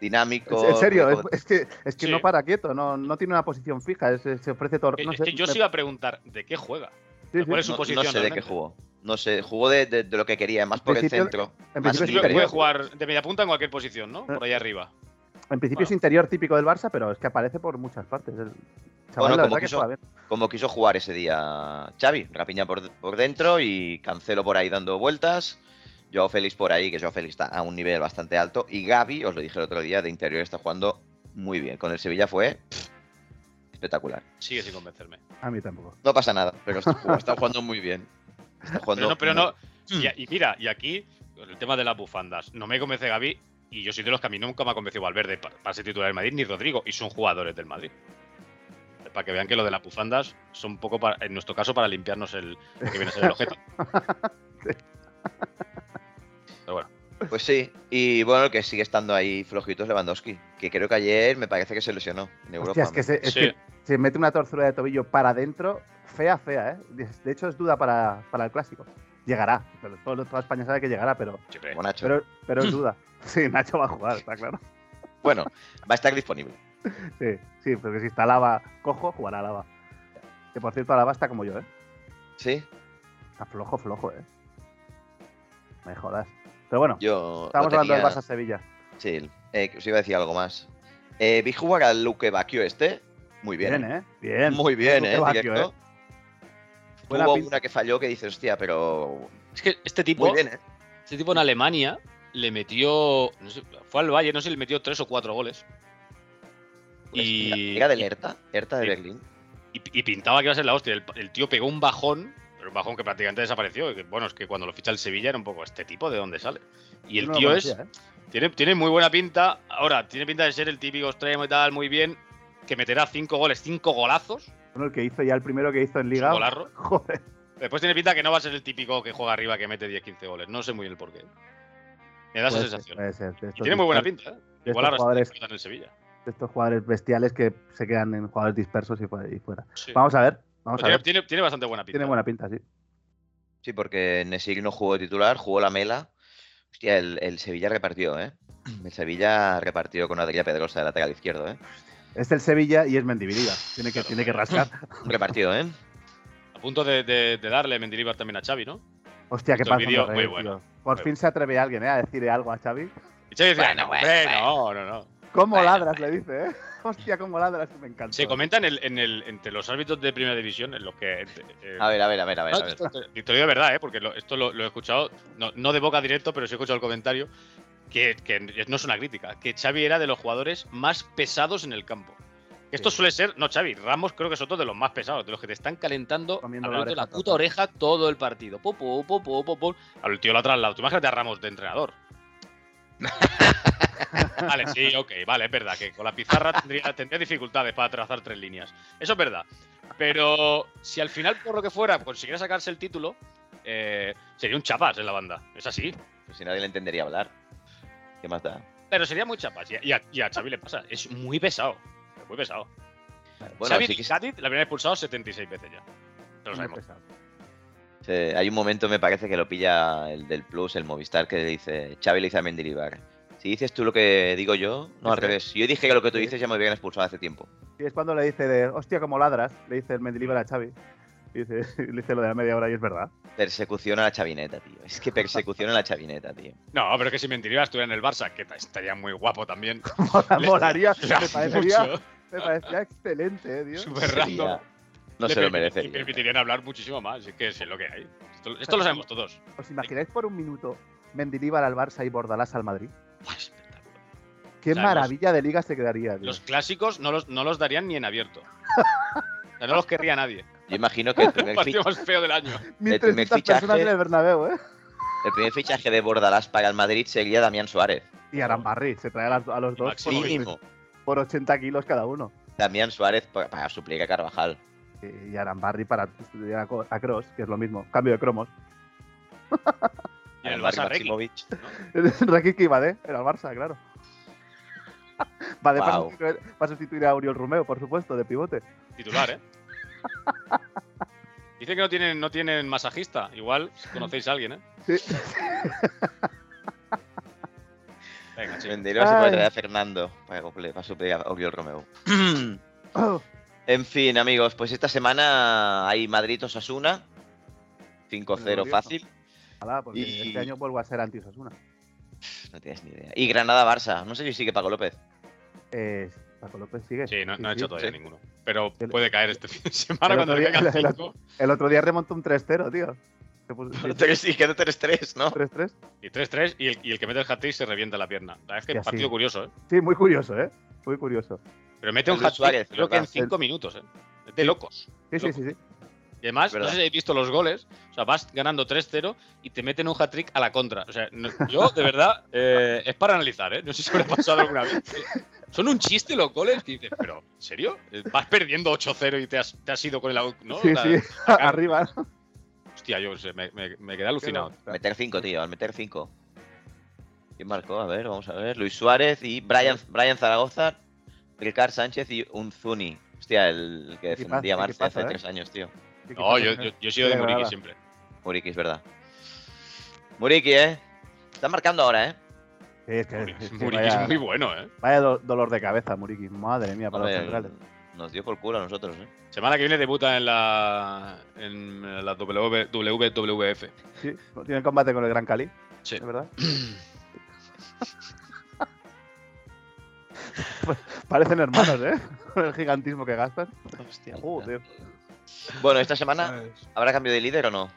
Speaker 2: Dinámico.
Speaker 3: Es- en serio, es,
Speaker 2: recon-
Speaker 3: es que, es que
Speaker 1: Sí.
Speaker 3: no para quieto, no, no tiene una posición fija, es- se ofrece todo.
Speaker 1: Eh,
Speaker 3: no
Speaker 1: es
Speaker 3: sé,
Speaker 1: que yo
Speaker 3: me-
Speaker 1: os iba a preguntar, ¿de qué juega?
Speaker 3: sí, sí.
Speaker 1: ¿cuál es su
Speaker 2: no,
Speaker 1: posición
Speaker 2: no sé de qué
Speaker 1: realmente?
Speaker 2: jugó. No sé, jugó de, de- de lo que quería, más
Speaker 3: En
Speaker 2: por el
Speaker 3: principio-
Speaker 2: centro.
Speaker 3: En
Speaker 2: más
Speaker 1: Yo creo que
Speaker 3: principio, es
Speaker 2: interior.
Speaker 1: puede
Speaker 3: interior,
Speaker 1: jugar de media punta en cualquier posición, ¿no? Por ahí arriba.
Speaker 3: en principio es
Speaker 1: bueno.
Speaker 3: interior típico del Barça, pero es que aparece por muchas partes. El chaval,
Speaker 2: Bueno,
Speaker 3: la
Speaker 2: como
Speaker 3: verdad que
Speaker 2: quiso-
Speaker 3: juega bien.
Speaker 2: Como quiso jugar ese día Xavi. Rapiña por, por dentro y Cancelo por ahí dando vueltas. Joao Félix por ahí, que Joao Félix está a un nivel bastante alto. Y Gaby, os lo dije el otro día, de interior está jugando muy bien. Con el Sevilla fue pff, espectacular.
Speaker 1: Sigue sin convencerme.
Speaker 3: A mí tampoco.
Speaker 2: No pasa nada, pero está, jugando- está jugando muy bien. Está
Speaker 1: Pero
Speaker 2: jugando
Speaker 1: no, pero
Speaker 2: muy-
Speaker 1: no. Y, y mira, y aquí, el tema de las bufandas. No me convence Gaby y yo soy de los que a mí nunca me ha convencido Valverde pa- para ser titular del Madrid ni Rodrigo. Y son jugadores del Madrid. Para que vean que lo de las bufandas son un poco, para- en nuestro caso, para limpiarnos el lo que viene a ser el objeto. Pero bueno,
Speaker 2: Pues sí, y bueno, el que sigue estando ahí flojito es Lewandowski, que creo que ayer me parece que se lesionó en Europa.
Speaker 3: Hostia, es que se, es
Speaker 1: Sí.
Speaker 3: que se mete una torcedura de tobillo para adentro, fea, fea, ¿eh? De hecho, es duda para, para el clásico. Llegará, pero todo, toda España sabe que llegará, pero,
Speaker 1: siempre.
Speaker 2: Como Nacho.
Speaker 3: pero, pero
Speaker 1: Mm.
Speaker 3: es duda. Sí, Nacho va a jugar, está claro.
Speaker 2: Bueno, va a estar disponible.
Speaker 3: Sí, sí, porque si está Lava cojo, jugará Lava. Que por cierto, Lava está como yo, ¿eh?
Speaker 2: Sí,
Speaker 3: Está flojo, flojo, ¿eh? Me jodas. Pero bueno,
Speaker 2: yo.
Speaker 3: estamos
Speaker 2: lo
Speaker 3: hablando del
Speaker 2: tenía-
Speaker 3: Barça-Sevilla.
Speaker 2: Sí, eh, que os iba a decir algo más. Eh, vi jugar al Luque Bacchio este. Muy bien.
Speaker 3: Bien, ¿eh? Bien.
Speaker 2: Muy bien,
Speaker 3: Luque
Speaker 2: eh,
Speaker 3: Bacchio,
Speaker 2: directo.
Speaker 3: Buena
Speaker 2: Hubo
Speaker 3: pinta.
Speaker 2: una que falló que dice, hostia, pero.
Speaker 1: Es que este
Speaker 2: Muy
Speaker 1: tipo,
Speaker 2: bien, eh.
Speaker 1: este tipo en Alemania le metió. no sé, fue al Valle, no sé si le metió tres o cuatro goles. Pues
Speaker 2: Hostia,
Speaker 1: Y,
Speaker 2: Era del Hertha, Hertha de
Speaker 1: Sí.
Speaker 2: Berlín.
Speaker 1: y, y pintaba que iba a ser la hostia. El, el tío pegó un bajón, pero un bajón que prácticamente desapareció. y que, bueno, es que cuando lo ficha el Sevilla era un poco este tipo de dónde sale. Y el
Speaker 3: No lo
Speaker 1: tío es.
Speaker 3: conocía, ¿eh?
Speaker 1: Tiene, tiene muy buena pinta. Ahora, tiene pinta de ser el típico extremo y tal, muy bien. Que meterá cinco goles, cinco golazos.
Speaker 3: Bueno, el que hizo ya el primero que hizo en
Speaker 1: es un
Speaker 3: Liga.
Speaker 1: golarro.
Speaker 3: Joder.
Speaker 1: Después tiene pinta que no va a ser el típico que juega arriba que mete 10-15 goles. No sé muy bien el porqué. Me da esa
Speaker 3: puede ser,
Speaker 1: sensación.
Speaker 3: puede ser. Pues, De
Speaker 1: Y
Speaker 3: eh, estos
Speaker 1: tiene muy buena
Speaker 3: dispar-
Speaker 1: pinta, ¿eh?
Speaker 3: de
Speaker 1: Igual
Speaker 3: estos
Speaker 1: ahora
Speaker 3: jugadores,
Speaker 1: está en el Sevilla.
Speaker 3: de estos jugadores bestiales que se quedan en jugadores dispersos y fuera. y fuera.
Speaker 1: Sí.
Speaker 3: Vamos a ver, vamos a
Speaker 1: tiene,
Speaker 3: ver.
Speaker 1: tiene, tiene bastante buena pinta.
Speaker 3: Tiene buena pinta, sí.
Speaker 2: Sí, porque Nesir no jugó de titular, jugó la mela. Hostia, el, el Sevilla repartió, ¿eh? El Sevilla repartió con Adrián Pedrosa de lateral izquierdo, ¿eh?
Speaker 3: Es del Sevilla y es Mendiviriga. Tiene que,
Speaker 1: Claro.
Speaker 3: tiene que rascar.
Speaker 2: Repartido, ¿eh?
Speaker 1: A punto de, de- de darle Mendilibar también a Xavi, ¿no?
Speaker 3: Hostia, qué
Speaker 1: Otro
Speaker 3: pasa.
Speaker 1: vídeo muy bueno,
Speaker 3: Por
Speaker 1: muy
Speaker 3: fin se atreve alguien ¿eh? a decirle algo a Xavi.
Speaker 1: Y Xavi decía,
Speaker 2: Bueno,
Speaker 1: "No,
Speaker 2: bueno,
Speaker 1: hombre, no, no, no.
Speaker 3: ¿Cómo
Speaker 2: Bueno,
Speaker 3: ladras? Le dice, ¿eh? Hostia, cómo ladras, me encanta.
Speaker 1: Se comenta en el, en el, entre los árbitros de primera división, en los que. eh,
Speaker 2: A ver, a ver, a ver, a ver.
Speaker 1: No,
Speaker 2: A ver.
Speaker 1: esto- te- te lo digo de verdad, ¿eh? porque lo- esto lo, lo he escuchado, no, no de boca directo, pero sí he escuchado el comentario, que, que no es una crítica, que Xavi era de los jugadores más pesados en el campo. Esto
Speaker 3: Sí.
Speaker 1: suele ser, no Xavi, Ramos creo que son dos de los más pesados, de los que te están calentando
Speaker 3: Comiendo
Speaker 1: hablando
Speaker 3: la
Speaker 1: de la
Speaker 3: oreja,
Speaker 1: puta
Speaker 3: tal.
Speaker 1: oreja todo el partido. Po, po, po, po, po, po. Al tío lo atrás al lado. Tú imagínate a Ramos de entrenador. vale, sí, ok, vale, es verdad que con la pizarra tendría, tendría dificultades para trazar tres líneas. Eso es verdad. Pero si al final, por lo que fuera, consiguiera sacarse el título, eh, sería un chapas en la banda. Es así.
Speaker 2: Pues si nadie le entendería hablar. ¿Qué más da?
Speaker 1: Pero sería muy chapas. Y a, y a- y a Xavi le pasa. Es muy pesado. Es muy pesado.
Speaker 2: Bueno,
Speaker 1: Xavi
Speaker 2: sí que
Speaker 1: y Cádiz la habían expulsado 76 veces ya. Pero lo
Speaker 3: Muy
Speaker 1: sabemos.
Speaker 3: pesado.
Speaker 2: se- hay un momento, me parece, que lo pilla el del Plus, el Movistar, que le dice, Xavi le dice a Mendilibar, si dices tú lo que digo yo, no, al
Speaker 3: Sí.
Speaker 2: revés. Si yo dije que lo que tú
Speaker 3: Sí.
Speaker 2: dices ya me habían expulsado hace tiempo.
Speaker 3: Y es cuando le dice, de, hostia, cómo ladras, le dice el Mendilibar a Xavi. Y dice, y le dice lo de la media hora y es verdad.
Speaker 2: Persecución a la chavineta, tío. Es que persecución a la chavineta, tío.
Speaker 1: No, pero que si mentiría estuviera en el Barça, que ta- estaría muy guapo también.
Speaker 3: Mola-
Speaker 1: Le-
Speaker 3: Molaría,
Speaker 1: O sea,
Speaker 3: me parecería,
Speaker 1: mucho.
Speaker 3: me parecería excelente, ¿eh, tío.
Speaker 1: Súper random.
Speaker 2: Sería- No
Speaker 1: Pues Le
Speaker 2: se lo
Speaker 1: permi-
Speaker 2: merece.
Speaker 1: Le permitirían hablar muchísimo más. Es que es lo que hay. Esto, esto lo sabemos todos.
Speaker 3: ¿Os imagináis por un minuto Mendilibar al Barça y Bordalás al Madrid?
Speaker 1: Buah, espectacular.
Speaker 3: Qué
Speaker 1: O sea, los-
Speaker 3: maravilla de liga se quedaría, tío.
Speaker 1: Los clásicos no los, no los darían ni en abierto. O sea, no los querría nadie.
Speaker 2: Yo imagino que el primer, fi-
Speaker 1: Partido más feo del año.
Speaker 3: 1.300 personas
Speaker 2: fichaje-
Speaker 3: en el Bernabéu, ¿eh?
Speaker 2: el primer fichaje de Bordalás para el Madrid sería Damián Suárez.
Speaker 3: Y Arambarri, se trae a, las- a los dos
Speaker 1: Maxi.
Speaker 3: por,
Speaker 2: Mínimo.
Speaker 3: por 80 kilos cada uno.
Speaker 2: Damián Suárez pa- para suplicar a Carvajal.
Speaker 3: Eh, Y Arambarri para estudiar a, Co- a Cross, que es lo mismo, cambio de cromos.
Speaker 1: Y en el
Speaker 2: Mark
Speaker 1: Barça Requi.
Speaker 2: Maximovic.
Speaker 3: Rakitic iba de, era el Barça, claro. Vale, para,
Speaker 2: Guau.
Speaker 3: sustituir, para sustituir a Oriol Romeo, por supuesto, de pivote.
Speaker 1: Titular, ¿eh? Dicen ¿eh? que no tienen, no tienen masajista. Igual conocéis a alguien, ¿eh?
Speaker 3: Sí.
Speaker 1: Venga, chicos.
Speaker 2: Vendremos se puede
Speaker 3: Ay.
Speaker 2: traer a Fernando para, comple- para suplir a Oriol Romeo.
Speaker 3: Oh,
Speaker 2: En fin, amigos, pues esta semana hay Madrid-Osasuna. 5-0
Speaker 3: Glorioso.
Speaker 2: fácil.
Speaker 3: ojalá, porque
Speaker 2: Y-
Speaker 3: este año vuelvo a ser anti Osasuna.
Speaker 2: No tienes ni idea. Y Granada-Barça. No sé si sigue Paco López.
Speaker 3: Eh, Paco López sigue.
Speaker 1: Sí, no, no he hecho todavía
Speaker 2: sí.
Speaker 1: ninguno. Pero
Speaker 3: El-
Speaker 1: puede caer este fin de semana
Speaker 3: el
Speaker 1: cuando
Speaker 3: otro
Speaker 1: le
Speaker 3: día-
Speaker 1: caigan
Speaker 3: el- el-
Speaker 1: cinco.
Speaker 3: El otro día remontó un 3-0, tío. Se puso- sí, sí,
Speaker 2: Sí, quedó 3-3, ¿no?
Speaker 3: 3-3.
Speaker 1: Y 3-3 y el, y el que mete el hat-trick se revienta la pierna. La verdad es que
Speaker 3: Y
Speaker 1: es
Speaker 3: así.
Speaker 1: partido curioso, ¿eh?
Speaker 3: Sí, muy curioso, ¿eh? Muy curioso.
Speaker 1: Pero mete
Speaker 2: El
Speaker 1: un
Speaker 2: Luis
Speaker 1: hat-trick
Speaker 2: Suárez,
Speaker 1: creo que en
Speaker 2: ¿verdad?
Speaker 1: 5 minutos, ¿eh? Es de locos.
Speaker 3: Sí, sí, sí, sí.
Speaker 1: Y además,
Speaker 2: Es
Speaker 1: no
Speaker 2: verdad.
Speaker 1: sé si habéis visto los goles. O sea, vas ganando 3-0 y te meten un hat-trick a la contra. O sea, no- yo, de verdad, eh, es para analizar, ¿eh? No sé si me ha pasado alguna vez. Son un chiste los goles. Y dices, pero, ¿en serio? Eh, Vas perdiendo 8-0 y te has, te has ido con el... au- ¿no?
Speaker 3: sí,
Speaker 1: O sea,
Speaker 3: sí.
Speaker 1: sacar-
Speaker 3: Arriba. ¿no?
Speaker 1: Hostia, yo qué sé, me, me- me quedé alucinado.
Speaker 2: Meter 5, tío, al meter 5. ¿Quién marcó? A ver, vamos a ver. Luis Suárez y Brian, Brian Zaragoza, Ricard Sánchez y Unzuni. Hostia, el que
Speaker 3: Equipazo,
Speaker 2: defendía a Marce hace
Speaker 3: equipazo, ¿eh?
Speaker 2: 3 años, tío.
Speaker 3: Sí,
Speaker 1: No,
Speaker 3: quizás
Speaker 1: yo, yo,
Speaker 3: no sé.
Speaker 1: yo he sido de
Speaker 3: Sí, la
Speaker 1: Muriqui
Speaker 3: verdad.
Speaker 1: siempre.
Speaker 2: Muriki, es verdad. Muriki, ¿eh? Están marcando ahora, ¿eh?
Speaker 3: Sí, es que, es que
Speaker 1: Muriqui
Speaker 3: vaya,
Speaker 1: es muy bueno, ¿eh?
Speaker 3: vaya do- dolor de cabeza, Muriqui. Madre mía, para
Speaker 2: Joder,
Speaker 3: los centrales.
Speaker 2: nos dio por culo a nosotros, ¿eh?
Speaker 1: Semana que viene debuta en la, en la W- WWF.
Speaker 3: Sí, tiene combate con el Gran Cali.
Speaker 1: Sí.
Speaker 3: ¿Es verdad? Pues, Parecen hermanos, ¿eh? Con el gigantismo que gastan.
Speaker 2: Hostia.
Speaker 3: Joder.
Speaker 2: Bueno, esta semana habrá cambio de líder o no?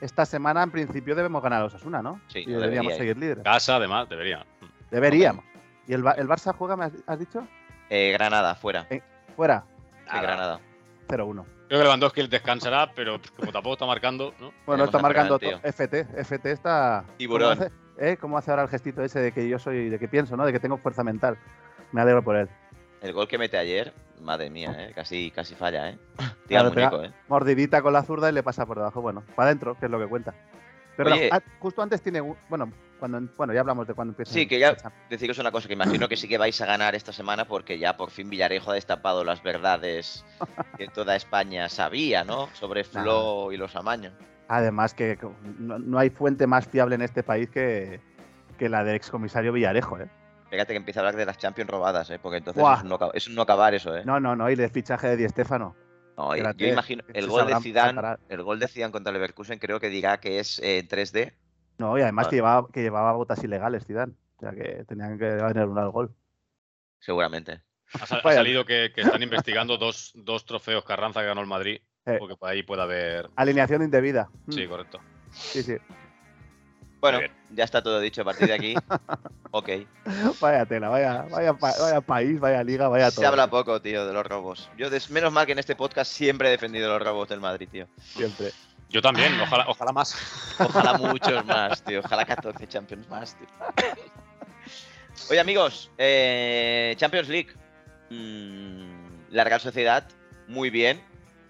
Speaker 3: Esta semana, en principio, debemos ganar a Osasuna, ¿no?
Speaker 2: Sí,
Speaker 3: Y
Speaker 2: no debería
Speaker 3: deberíamos
Speaker 2: ir.
Speaker 3: seguir líderes.
Speaker 1: Casa, además, debería.
Speaker 3: Deberíamos. ¿Y el, Ba- el Barça juega, me has, has dicho?
Speaker 2: Eh, Granada, fuera.
Speaker 3: Fuera, Ah,
Speaker 2: Sí, Granada.
Speaker 3: 0-1.
Speaker 1: Creo que Lewandowski descansará, pero como tampoco está marcando, ¿no?
Speaker 3: Bueno,
Speaker 2: Tenemos
Speaker 3: está
Speaker 2: a Ferran,
Speaker 3: marcando
Speaker 2: tío.
Speaker 3: to- FT. FT está.
Speaker 2: Tiburón.
Speaker 3: ¿Cómo hace, eh? ¿Cómo hace ahora el gestito ese de que yo soy, de que pienso, ¿no? De que tengo fuerza mental. Me alegro por él.
Speaker 2: El gol que mete ayer, madre mía, ¿eh? Casi, casi falla, ¿eh? Tira
Speaker 3: Claro,
Speaker 2: al muñeco, ¿eh?
Speaker 3: Mordidita con la zurda y le pasa por debajo. Bueno, para adentro, que es lo que cuenta. Pero
Speaker 2: Oye.
Speaker 3: ah, justo antes tiene. un- Bueno, cuando, bueno, ya hablamos de cuando empieza.
Speaker 2: Sí,
Speaker 3: el-
Speaker 2: que ya- deciros una cosa que imagino que sí que vais a ganar esta semana porque ya por fin Villarejo ha destapado las verdades que toda España sabía, ¿no? Sobre Flo y los amaños.
Speaker 3: Además, que co- no, no hay fuente más fiable en este país que, que la del excomisario Villarejo, ¿eh?
Speaker 2: Fíjate que empieza a hablar de las Champions robadas, ¿eh? Porque entonces
Speaker 3: Buah.
Speaker 2: es un, no, ca- es un no acabar eso, ¿eh?
Speaker 3: No, no, no, y el fichaje de Di Stefano.
Speaker 2: No, y-
Speaker 3: espérate,
Speaker 2: yo imagino
Speaker 3: que
Speaker 2: el
Speaker 3: se
Speaker 2: gol de
Speaker 3: sabrán
Speaker 2: Zidane,
Speaker 3: preparar.
Speaker 2: el gol de Zidane contra Leverkusen creo que dirá que es eh, en 3D.
Speaker 3: No, y además
Speaker 2: Vale.
Speaker 3: que llevaba, que llevaba botas ilegales, Zidane. O sea, que tenían que anular el gol.
Speaker 2: Seguramente.
Speaker 1: Ha, sa- ha
Speaker 3: Vaya.
Speaker 1: salido que, que están investigando dos, dos trofeos Carranza que ganó el Madrid,
Speaker 3: Eh.
Speaker 1: porque por ahí puede haber.
Speaker 3: Alineación indebida. Mm,
Speaker 1: Sí, correcto.
Speaker 3: sí, sí.
Speaker 2: Bueno,
Speaker 1: bien.
Speaker 2: ya está todo dicho a partir de aquí. ok.
Speaker 3: Vaya tela, vaya, vaya, pa- vaya país, vaya liga, vaya todo.
Speaker 2: Se habla poco, tío, de los robos. Yo, des- menos mal que en este podcast siempre he defendido los robos del Madrid, tío.
Speaker 3: siempre.
Speaker 1: Yo también, ojalá, ojalá más.
Speaker 2: Ojalá muchos más, tío. Ojalá 14 Champions más, tío. Oye, amigos, eh, Champions League. Mm, la Real Sociedad, muy bien.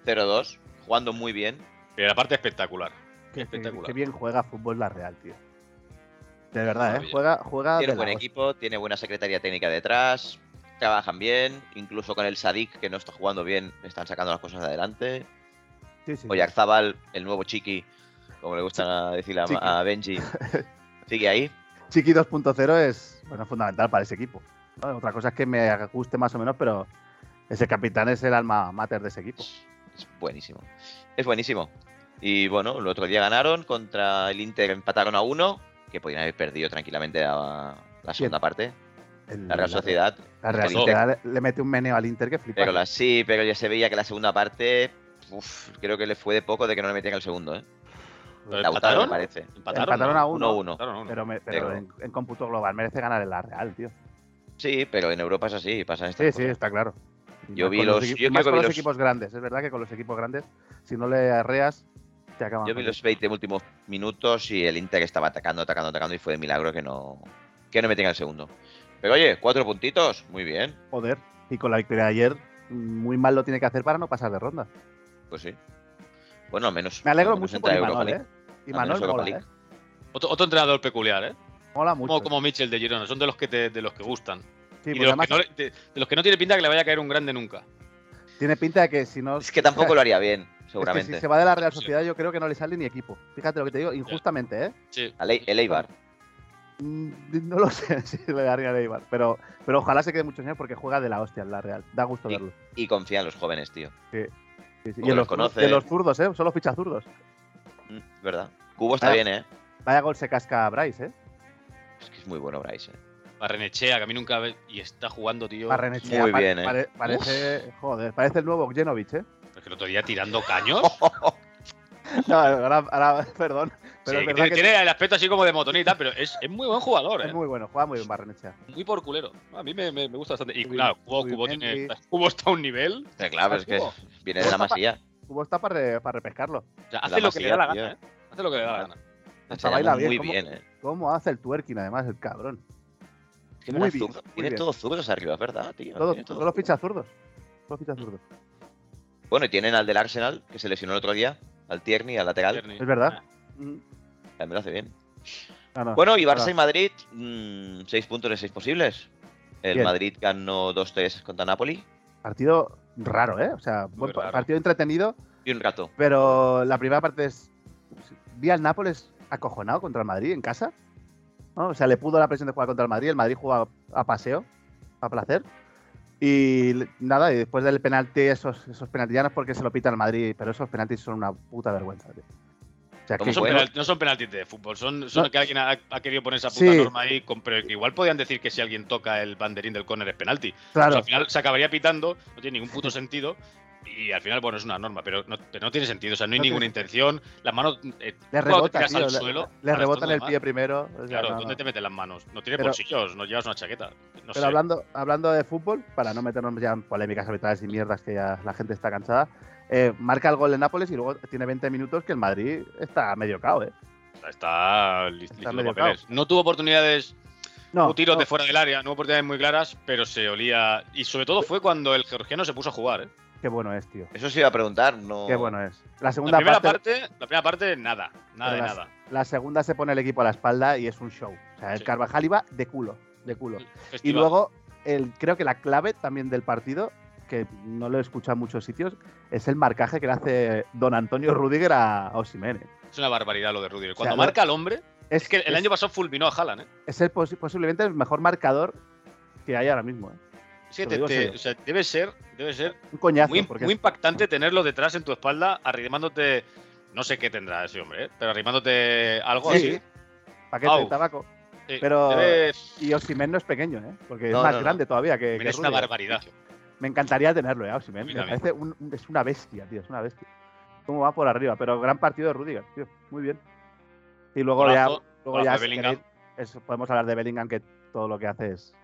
Speaker 2: 0-2, jugando muy bien.
Speaker 1: Pero la parte espectacular.
Speaker 3: Este, Qué, qué-
Speaker 1: espectacular.
Speaker 3: qué bien juega fútbol la Real, tío. De verdad, ¿eh?
Speaker 1: Maravilla.
Speaker 3: Juega, juega de
Speaker 2: Tiene
Speaker 3: la
Speaker 2: buen
Speaker 3: hostia.
Speaker 2: equipo, tiene buena secretaría técnica detrás. Trabajan bien, incluso con el Sadik, que no está jugando bien, están sacando las cosas adelante.
Speaker 3: Sí, sí, sí.
Speaker 2: Oyarzábal, el nuevo Chiqui, como le gusta decir a,
Speaker 3: Chiqui.
Speaker 2: a Benji, sigue ahí.
Speaker 3: Chiqui 2.0 es bueno, fundamental para ese equipo. ¿no? Otra cosa es que me guste más o menos, pero ese capitán es el alma mater de ese equipo.
Speaker 2: Es buenísimo. Es buenísimo. Y bueno, el otro día ganaron contra el Inter, empataron a uno, que podían haber perdido tranquilamente la, la segunda parte,
Speaker 3: El-
Speaker 2: la Real Sociedad.
Speaker 3: La Real
Speaker 2: El
Speaker 3: Sociedad le, le mete un meneo al Inter que flipa.
Speaker 2: Pero la, sí, pero ya se veía que la segunda parte, uf, creo que le fue de poco de que no le metían el segundo, ¿eh.
Speaker 1: Pero
Speaker 2: Lautaro, me
Speaker 1: empataron,
Speaker 2: parece.
Speaker 1: empataron,
Speaker 3: Empataron
Speaker 1: ¿no?
Speaker 3: a uno,
Speaker 2: 1-1.
Speaker 1: Empataron a uno.
Speaker 3: pero, me- pero
Speaker 2: Pero-
Speaker 3: en, en cómputo global merece ganar el la Real, tío.
Speaker 2: Sí, pero en Europa es así, pasan
Speaker 3: Sí,
Speaker 2: estas
Speaker 3: sí,
Speaker 2: cosas.
Speaker 3: está claro. Y
Speaker 2: Yo
Speaker 3: más
Speaker 2: vi
Speaker 3: con los
Speaker 2: los-
Speaker 3: equi-
Speaker 2: yo
Speaker 3: y más
Speaker 2: creo que
Speaker 3: con
Speaker 2: vi
Speaker 3: los
Speaker 2: los-
Speaker 3: equipos grandes. Es verdad que con los equipos grandes, si no le arreas, te acaban.
Speaker 2: Yo vi
Speaker 3: jodiendo.
Speaker 2: los 20 últimos minutos y el Inter estaba atacando, atacando, atacando y fue de milagro que no, que no metían el segundo. Pero oye, cuatro puntitos, muy bien.
Speaker 3: Joder. Y con la victoria de ayer, muy mal lo tiene que hacer para no pasar de ronda.
Speaker 2: Pues sí. Bueno, al menos.
Speaker 3: Me alegro
Speaker 2: al menos
Speaker 3: mucho
Speaker 2: entra
Speaker 3: por
Speaker 2: a Europa
Speaker 3: Imanol,
Speaker 2: League.
Speaker 3: ¿eh? Imanol
Speaker 2: Europa
Speaker 3: mola, ¿eh?
Speaker 2: League.
Speaker 1: Otro, otro entrenador peculiar, ¿eh?
Speaker 3: Mola
Speaker 1: Como,
Speaker 3: mucho.
Speaker 1: como Mitchell de Girona, son de los que te- de los que gustan. y
Speaker 3: Sí, porque
Speaker 1: de los,
Speaker 3: además
Speaker 1: que no, le- de- de los que no tiene pinta que le vaya a caer un grande nunca.
Speaker 3: tiene pinta de que si no
Speaker 2: Es que tampoco lo haría bien.
Speaker 3: Es que
Speaker 2: seguramente.
Speaker 3: si se va de la Real
Speaker 1: Sí.
Speaker 3: Sociedad, yo creo que no le sale ni equipo. Fíjate lo que te digo, injustamente, ¿eh?
Speaker 1: Sí.
Speaker 2: Al Ei- el Eibar.
Speaker 3: Mm, No lo sé si le daría de Eibar, pero, pero ojalá se quede muchos años porque juega de la hostia en la Real. Da gusto verlo.
Speaker 2: Y confía en los jóvenes, tío.
Speaker 3: Sí, sí.
Speaker 2: como
Speaker 3: Y
Speaker 2: los
Speaker 3: en los, zur-
Speaker 2: conoce.
Speaker 3: y en los zurdos, ¿eh? Solo ficha zurdos.
Speaker 2: Mm, ¿Verdad? Cubo está
Speaker 3: Ah.
Speaker 2: bien, ¿eh?
Speaker 3: Vaya gol se casca a Bryce, ¿eh?
Speaker 2: Es que es muy bueno Bryce. ¿eh?
Speaker 1: Barrenechea, que a mí nunca ve- y está jugando, tío.
Speaker 3: Barrenechea,
Speaker 2: muy
Speaker 3: pa-
Speaker 2: bien, ¿eh?
Speaker 3: pare- parece, joder, parece el nuevo Jenovic, ¿eh?
Speaker 1: Es que el otro día tirando caños.
Speaker 3: No, ahora, ahora- perdón. Pero
Speaker 1: Sí,
Speaker 3: es verdad
Speaker 1: tiene,
Speaker 3: que
Speaker 1: tiene el aspecto así como de motonita, pero es, es muy buen jugador,
Speaker 3: es
Speaker 1: ¿eh?
Speaker 3: muy bueno, juega muy bien Barrenechea.
Speaker 1: Muy por culero. A mí me, me- me gusta bastante. Y
Speaker 3: Muy
Speaker 1: claro,
Speaker 3: bien,
Speaker 1: Cubo,
Speaker 3: muy
Speaker 1: Cubo
Speaker 3: bien,
Speaker 1: tiene,
Speaker 3: sí.
Speaker 1: Cubo está a un nivel.
Speaker 2: Pero claro,
Speaker 3: Ah,
Speaker 2: es que
Speaker 3: Cubo.
Speaker 2: viene de la
Speaker 3: Cubo está
Speaker 2: masilla.
Speaker 3: Cubo está para, re- para repescarlo.
Speaker 1: O sea,
Speaker 2: La
Speaker 1: hace lo que le da la
Speaker 2: masía,
Speaker 1: gana, ¿eh? Hace lo que le da la gana.
Speaker 2: Se
Speaker 3: baila
Speaker 2: llama muy
Speaker 3: bien, ¿cómo?
Speaker 2: bien, ¿eh?
Speaker 3: ¿Cómo hace el twerking, además, el cabrón?
Speaker 2: Es que
Speaker 3: Muy
Speaker 2: verás,
Speaker 3: bien,
Speaker 2: zurdo-
Speaker 3: muy
Speaker 2: tiene
Speaker 3: bien.
Speaker 2: todos zurdos arriba, es ¿verdad, tío?
Speaker 3: Todos,
Speaker 2: Tiene todos
Speaker 3: solo
Speaker 2: zurdos.
Speaker 3: ficha zurdos. Solo ficha zurdos.
Speaker 2: Bueno, y tienen al del Arsenal, que se lesionó el otro día, al Tierney, al lateral.
Speaker 1: Tierney.
Speaker 3: Es verdad. Mm.
Speaker 2: También lo hace bien.
Speaker 3: No, no,
Speaker 2: Bueno, y
Speaker 3: es verdad.
Speaker 2: Barça y Madrid, 6 puntos de 6 posibles. El
Speaker 3: Bien.
Speaker 2: Madrid ganó 2-3 contra Napoli.
Speaker 3: Partido raro, ¿eh? O sea, buen pa-
Speaker 1: raro.
Speaker 3: partido entretenido,
Speaker 2: Y un rato.
Speaker 3: pero la primera parte es. Vi al Nápoles acojonado contra el Madrid en casa. ¿no? O sea, le pudo la presión de jugar contra el Madrid. El Madrid jugaba a paseo, a placer. Y le- nada, y después del penalti, esos, esos penaltillanos, porque se lo pita el Madrid, pero esos penaltis son una puta vergüenza, tío. O sea,
Speaker 2: ¿Cómo
Speaker 1: No son,
Speaker 2: Bueno.
Speaker 1: penal- no son penaltis de fútbol, son, son
Speaker 3: No.
Speaker 1: que alguien ha, ha querido poner esa puta
Speaker 3: Sí.
Speaker 1: norma ahí. con- pero que igual podían decir que si alguien toca el banderín del córner es penalti. O sea,
Speaker 3: claro,
Speaker 1: al final se acabaría pitando, no tiene ningún puto sentido. Y al final, bueno, es una norma, pero no, pero no tiene sentido. O sea, no hay
Speaker 3: No tiene
Speaker 1: ninguna intención. Las manos. eh,
Speaker 3: le
Speaker 1: cuando te
Speaker 3: rebota,
Speaker 1: tiras
Speaker 3: tío,
Speaker 1: al
Speaker 3: le-
Speaker 1: suelo,
Speaker 3: le
Speaker 1: para
Speaker 3: rebotan
Speaker 1: esto
Speaker 3: el
Speaker 1: no
Speaker 3: pie primero. o sea,
Speaker 1: Claro,
Speaker 3: no, no.
Speaker 1: ¿dónde te meten las manos? No tiene
Speaker 3: Pero-
Speaker 1: bolsillos, no llevas una chaqueta. No
Speaker 3: Pero
Speaker 1: sé.
Speaker 3: hablando, hablando de fútbol, para no meternos ya en polémicas arbitrales y mierdas que ya la gente está cansada, eh, marca el gol de Nápoles y luego tiene 20 minutos que el Madrid está medio cao, ¿eh?
Speaker 1: Está li- listo de
Speaker 3: medio
Speaker 1: papeles. No tuvo oportunidades,
Speaker 3: No,
Speaker 1: hubo tiros
Speaker 3: no,
Speaker 1: de fuera del área, no hubo oportunidades muy claras, pero se olía. Y sobre todo fue cuando el georgiano se puso a jugar. ¿eh?
Speaker 3: qué bueno es, tío.
Speaker 2: Eso sí iba a preguntar, no.
Speaker 3: Qué bueno es. La
Speaker 1: La
Speaker 3: segunda
Speaker 1: primera
Speaker 3: parte,
Speaker 1: parte, la primera parte, nada, nada de
Speaker 3: Pero
Speaker 1: nada.
Speaker 3: la segunda se pone el equipo a la espalda y es un show. O sea, el
Speaker 1: Sí.
Speaker 3: Carvajal iba de culo, de culo. Y
Speaker 1: Festival.
Speaker 3: luego, el, creo que la clave también del partido, que no lo he escuchado en muchos sitios, es el marcaje que le hace don Antonio Rudiger a Osimhen. ¿eh?
Speaker 1: Es una barbaridad lo de Rudiger. Cuando
Speaker 3: lo-
Speaker 1: marca al hombre, es que el año pasado fulminó a Haaland, ¿eh?
Speaker 3: es el posi- posiblemente el mejor marcador que hay ahora mismo. ¿eh?
Speaker 1: Es que
Speaker 3: Te
Speaker 1: te-
Speaker 3: lo digo en
Speaker 1: te-
Speaker 3: serio.
Speaker 1: o sea, debe ser, debe ser
Speaker 3: Un coñazo.
Speaker 1: muy,
Speaker 3: porque
Speaker 1: muy
Speaker 3: es-
Speaker 1: impactante tenerlo detrás en tu espalda, arrimándote. No sé qué tendrá ese hombre, ¿eh? pero arrimándote algo
Speaker 3: Sí,
Speaker 1: así.
Speaker 3: paquete de
Speaker 1: Au.
Speaker 3: tabaco.
Speaker 1: Sí,
Speaker 3: pero-
Speaker 1: debe-
Speaker 3: Y Osimhen no es pequeño, ¿eh? porque
Speaker 2: No,
Speaker 3: es más
Speaker 2: no, no.
Speaker 3: grande todavía que, que
Speaker 1: es una
Speaker 3: Rudiger.
Speaker 1: barbaridad.
Speaker 3: Me encantaría tenerlo, ¿eh? Osimhen.
Speaker 1: A mí
Speaker 3: Me
Speaker 1: también.
Speaker 3: parece un- un- es una bestia, tío. Es una bestia. Cómo va por arriba. Pero gran partido de Rudiger, tío. Muy bien. Y luego
Speaker 1: Golazo,
Speaker 3: ya, luego ya
Speaker 1: golazo de
Speaker 3: si
Speaker 1: Bellingham.
Speaker 3: queréis, es- podemos hablar de Bellingham, que todo lo que hace es,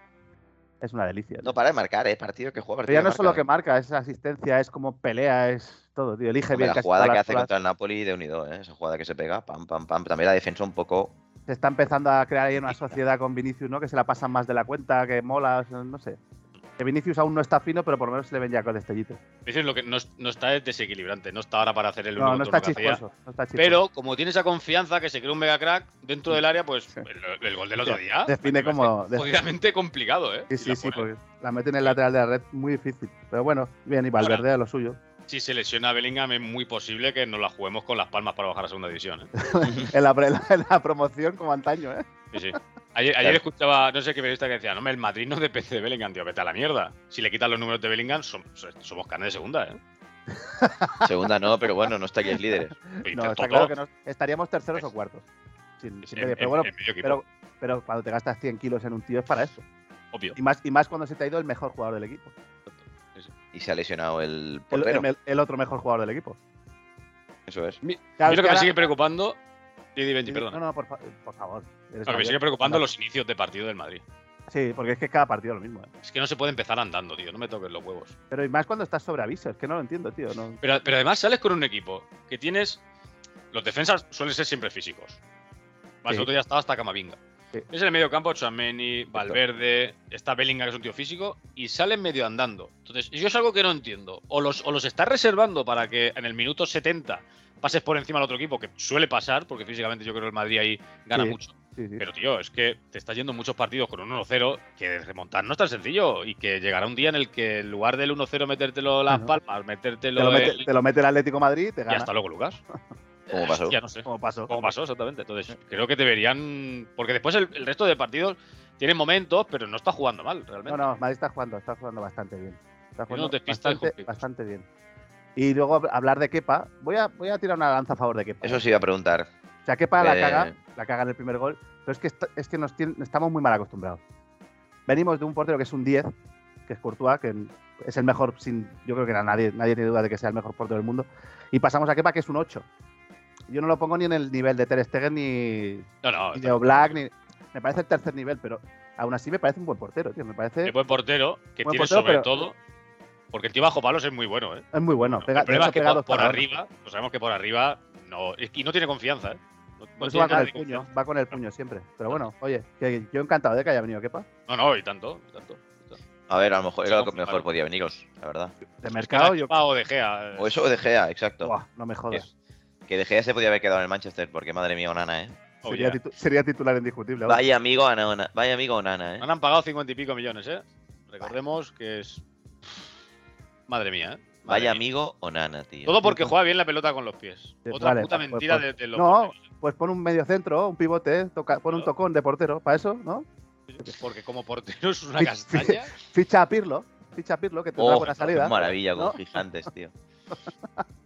Speaker 3: es una delicia. tío.
Speaker 2: No para de marcar, ¿eh? Partido que juega,
Speaker 3: Pero ya
Speaker 2: partido. que
Speaker 3: no es solo
Speaker 2: marca,
Speaker 3: que
Speaker 2: ¿eh?
Speaker 3: marca, es asistencia, es como pelea, es todo, tío. Elige
Speaker 2: Hombre,
Speaker 3: bien.
Speaker 2: la
Speaker 3: casi
Speaker 2: jugada
Speaker 3: todas
Speaker 2: que
Speaker 3: las
Speaker 2: hace
Speaker 3: jugadas.
Speaker 2: contra el Napoli de unido, ¿eh? esa jugada que se pega, pam, pam, pam. También la defensa un poco.
Speaker 3: se está empezando a crear ahí una sociedad con Vinicius, ¿no? Que se la pasan más de la cuenta, que mola, o sea, no sé. Que Vinicius aún no está fino, pero por lo menos se le ven ya con destellito.
Speaker 1: Dices lo que no, es- no está es desequilibrante, no está ahora para hacer el
Speaker 3: No,
Speaker 1: único
Speaker 3: no está
Speaker 1: turno que hacía.
Speaker 3: chisposo, no está chisposo.
Speaker 1: Pero como tiene esa confianza que se crea un mega crack dentro del área, pues
Speaker 3: Sí.
Speaker 1: el, el gol del otro
Speaker 3: Sí,
Speaker 1: día.
Speaker 3: define
Speaker 1: me parece
Speaker 3: como- de-
Speaker 1: Jodidamente complicado, ¿eh?
Speaker 3: Sí,
Speaker 1: Y
Speaker 3: sí,
Speaker 1: la
Speaker 3: sí,
Speaker 1: pone.
Speaker 3: porque la meten en el lateral de la red muy difícil. Pero bueno, bien, y Valverde a lo suyo.
Speaker 1: Si se lesiona Bellingham, es muy posible que nos la juguemos con las palmas para bajar a segunda división. ¿eh?
Speaker 3: En la, pre- en la promoción, como antaño, ¿eh?
Speaker 1: Sí, sí. Ayer, ayer escuchaba, no sé qué periodista que decía, no, hombre, el Madrid no depende de Bellingham, tío, vete a la mierda. Si le quitan los números de Bellingham, som- so- somos carne de segunda, ¿eh?
Speaker 2: Segunda no, pero bueno, no estaríais líderes.
Speaker 1: Y
Speaker 3: No,
Speaker 1: te
Speaker 3: está
Speaker 1: tocó
Speaker 3: claro que no- estaríamos terceros o cuartos. Sin- sin
Speaker 1: en-
Speaker 3: medio,
Speaker 1: en-
Speaker 3: pero bueno,
Speaker 1: en medio equipo,
Speaker 3: pero, pero cuando te gastas 100 kilos en un tío es para eso.
Speaker 1: obvio.
Speaker 3: Y más, y más cuando se te ha ido el mejor jugador del equipo.
Speaker 2: Y se ha lesionado el
Speaker 3: El,
Speaker 2: portero.
Speaker 3: el- el otro mejor jugador del equipo.
Speaker 2: Eso es.
Speaker 1: A mí
Speaker 3: es
Speaker 1: lo que
Speaker 3: ahora-
Speaker 1: me sigue preocupando, Didi Benji,
Speaker 3: Sí,
Speaker 1: perdona.
Speaker 3: No, no, por, fa- por favor. eres
Speaker 1: Lo que me
Speaker 3: mayor.
Speaker 1: sigue preocupando
Speaker 3: Anda.
Speaker 1: los inicios de partido del Madrid.
Speaker 3: Sí, porque es que cada partido es lo mismo. ¿eh?
Speaker 1: Es que no se puede empezar andando, tío. No me toques los huevos.
Speaker 3: Pero y más cuando estás sobre aviso, es que no lo entiendo, tío. No.
Speaker 1: Pero, pero además sales con un equipo que tienes. Los defensas suelen ser siempre físicos. Vale,
Speaker 3: Sí.
Speaker 1: el otro día estaba hasta Camavinga.
Speaker 3: Sí.
Speaker 1: Es en el medio campo Chameni, Valverde, está Bellingham, que es un tío físico, y salen medio andando. Entonces, yo es algo que no entiendo. O los, o los estás reservando para que en el minuto 70 pases por encima al otro equipo, que suele pasar, porque físicamente yo creo que el Madrid ahí gana
Speaker 3: Sí.
Speaker 1: mucho.
Speaker 3: Sí, sí.
Speaker 1: Pero, tío, es que te está yendo muchos partidos con un 1-0 que de remontar no es tan sencillo y que llegará un día en el que en lugar del 1-0 metértelo las
Speaker 3: Ajá.
Speaker 1: palmas,
Speaker 3: te,
Speaker 1: metértelo.
Speaker 3: lo mete,
Speaker 1: el-
Speaker 3: te lo mete el Atlético Madrid, te
Speaker 1: Y
Speaker 3: gana.
Speaker 1: hasta luego, Lucas.
Speaker 2: ¿Cómo pasó?
Speaker 1: Ya no sé
Speaker 3: Como pasó.
Speaker 1: cómo pasó exactamente. Entonces, creo que deberían. Porque después el, el resto de partidos tienen momentos, pero no está jugando mal
Speaker 3: No,
Speaker 1: realmente.
Speaker 3: no, Madrid está jugando, está jugando bastante bien. Está jugando
Speaker 1: despista de
Speaker 3: bastante,
Speaker 1: Jorge.
Speaker 3: bastante bien. Y luego hab- hablar de Kepa. Voy a, voy a tirar una lanza a favor de Kepa.
Speaker 2: Eso sí iba a preguntar.
Speaker 3: O sea, Kepa la
Speaker 2: Eh.
Speaker 3: caga, la caga en el primer gol, pero es que, esta- es que nos tien- estamos muy mal acostumbrados. Venimos de un portero que es un 10, que es Courtois, que es el mejor, sin, yo creo que na- nadie, nadie tiene duda de que sea el mejor portero del mundo, y pasamos a Kepa, que es un 8. Yo no lo pongo ni en el nivel de Ter Stegen, ni,
Speaker 1: No, no.
Speaker 3: ni de Oblak, ni... Me parece el tercer nivel, pero aún así me parece un buen portero, tío. Me parece...
Speaker 1: Es buen portero, que
Speaker 3: Buen
Speaker 1: tiene
Speaker 3: portero,
Speaker 1: sobre
Speaker 3: pero-
Speaker 1: todo. Porque el tío bajo palos es muy bueno, ¿eh?
Speaker 3: Es muy bueno.
Speaker 1: No,
Speaker 3: pega-
Speaker 1: el problema
Speaker 3: de
Speaker 1: es que
Speaker 3: hecho, pega
Speaker 1: por,
Speaker 3: dos
Speaker 1: por
Speaker 3: tapones.
Speaker 1: arriba, lo sabemos que por arriba no. es que- Y no tiene confianza, ¿eh? No, no
Speaker 3: Por eso
Speaker 1: tiene
Speaker 3: va con
Speaker 1: nada
Speaker 3: el
Speaker 1: de
Speaker 3: puño,
Speaker 1: confianza.
Speaker 3: va con el puño siempre. Pero bueno, oye, que yo encantado de que haya venido Kepa.
Speaker 1: No, no, y tanto. y tanto.
Speaker 2: A ver, a lo mejor era lo que
Speaker 1: Complicado.
Speaker 2: mejor podía veniros, la verdad.
Speaker 3: De mercado,
Speaker 1: Era
Speaker 3: yo.
Speaker 1: Kepa o De Gea, eh.
Speaker 2: O eso o De Gea, exacto.
Speaker 3: Buah, no me jodas.
Speaker 2: Es- que De Gea se podía haber quedado en el Manchester, porque madre mía, Onana, ¿eh?
Speaker 1: Oh,
Speaker 3: sería,
Speaker 1: yeah.
Speaker 3: titu- sería titular indiscutible. vamos.
Speaker 2: Vaya amigo, Onana, vaya amigo Onana, ¿eh?
Speaker 3: Ah,
Speaker 1: Han, han pagado cincuenta y pico millones, ¿eh? Recordemos que es. Madre mía, ¿eh? Madre
Speaker 2: Vaya
Speaker 1: mía.
Speaker 2: amigo Onana, tío.
Speaker 1: Todo porque juega bien la pelota con los pies.
Speaker 3: Sí,
Speaker 1: Otra
Speaker 3: vale,
Speaker 1: puta
Speaker 3: pues,
Speaker 1: mentira
Speaker 3: pues,
Speaker 1: de, de los.
Speaker 3: no.
Speaker 1: porteros,
Speaker 3: Pues pon un medio centro, un pivote, eh, toca, pon un
Speaker 1: No.
Speaker 3: tocón de portero, para eso, ¿no?
Speaker 1: ¿eh? Porque como portero es una
Speaker 3: Fi-
Speaker 1: castaña.
Speaker 3: Ficha a Pirlo, ficha a Pirlo, que tendrá
Speaker 2: Oh,
Speaker 3: buena
Speaker 2: qué
Speaker 3: salida.
Speaker 2: maravilla
Speaker 3: ¿no?
Speaker 2: con gigantes, tío.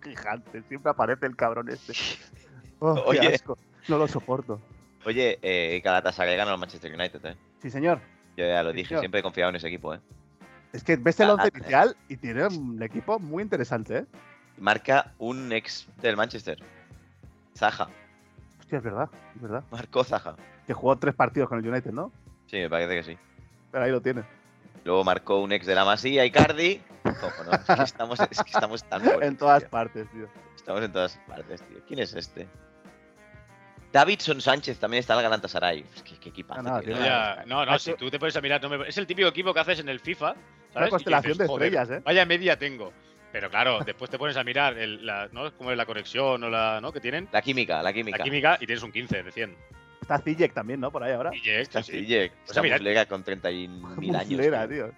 Speaker 3: Gigante, siempre aparece el cabrón este. Oh, qué
Speaker 2: Oye.
Speaker 3: asco, no lo soporto.
Speaker 2: Oye, eh, Galatasaray ganó al Manchester United, ¿eh?
Speaker 3: Sí, señor.
Speaker 2: Yo ya lo
Speaker 3: Sí,
Speaker 2: dije,
Speaker 3: señor.
Speaker 2: siempre he confiado en ese equipo, ¿eh?
Speaker 3: Es que ves el once
Speaker 2: Ah,
Speaker 3: inicial y tiene un equipo muy interesante, ¿eh?
Speaker 2: Marca un ex del Manchester. Zaha.
Speaker 3: Hostia, es verdad, es verdad.
Speaker 2: Marcó Zaha.
Speaker 3: Que jugó tres partidos con el United, ¿no?
Speaker 2: Sí, me parece que sí.
Speaker 3: Pero ahí lo tienes.
Speaker 2: Luego marcó un ex de la Masía, Icardi. ¿Cómo no? Es que estamos, es que estamos tan fuertes,
Speaker 3: En todas
Speaker 2: tío.
Speaker 3: partes, tío.
Speaker 2: Estamos en todas partes, tío. ¿Quién es este? Davidson Sánchez también está en el Galatasaray. Es que, qué equipazo,
Speaker 3: No, no,
Speaker 2: tío.
Speaker 3: tío,
Speaker 1: Ya, no, no,
Speaker 3: Macho-
Speaker 1: si tú te pones a mirar, no me- es el típico equipo que haces en el FIFA. ¿sabes? Y
Speaker 3: constelación de
Speaker 1: "Joder,
Speaker 3: estrellas, ¿eh?".
Speaker 1: Vaya media tengo. Pero claro, después te pones a mirar el, la, ¿no? cómo es la conexión o la ¿no? que tienen,
Speaker 2: La química, la química.
Speaker 1: la química, y tienes un 15 de 100.
Speaker 3: Está Ziyech también, ¿no? Por ahí ahora.
Speaker 1: Y Jack,
Speaker 2: Está
Speaker 1: sí, sí.
Speaker 2: Ziyech,
Speaker 1: O sea,
Speaker 2: está
Speaker 1: mira-
Speaker 2: Muslera con 30.000 años.
Speaker 3: Muslera,
Speaker 2: tío.
Speaker 3: tío.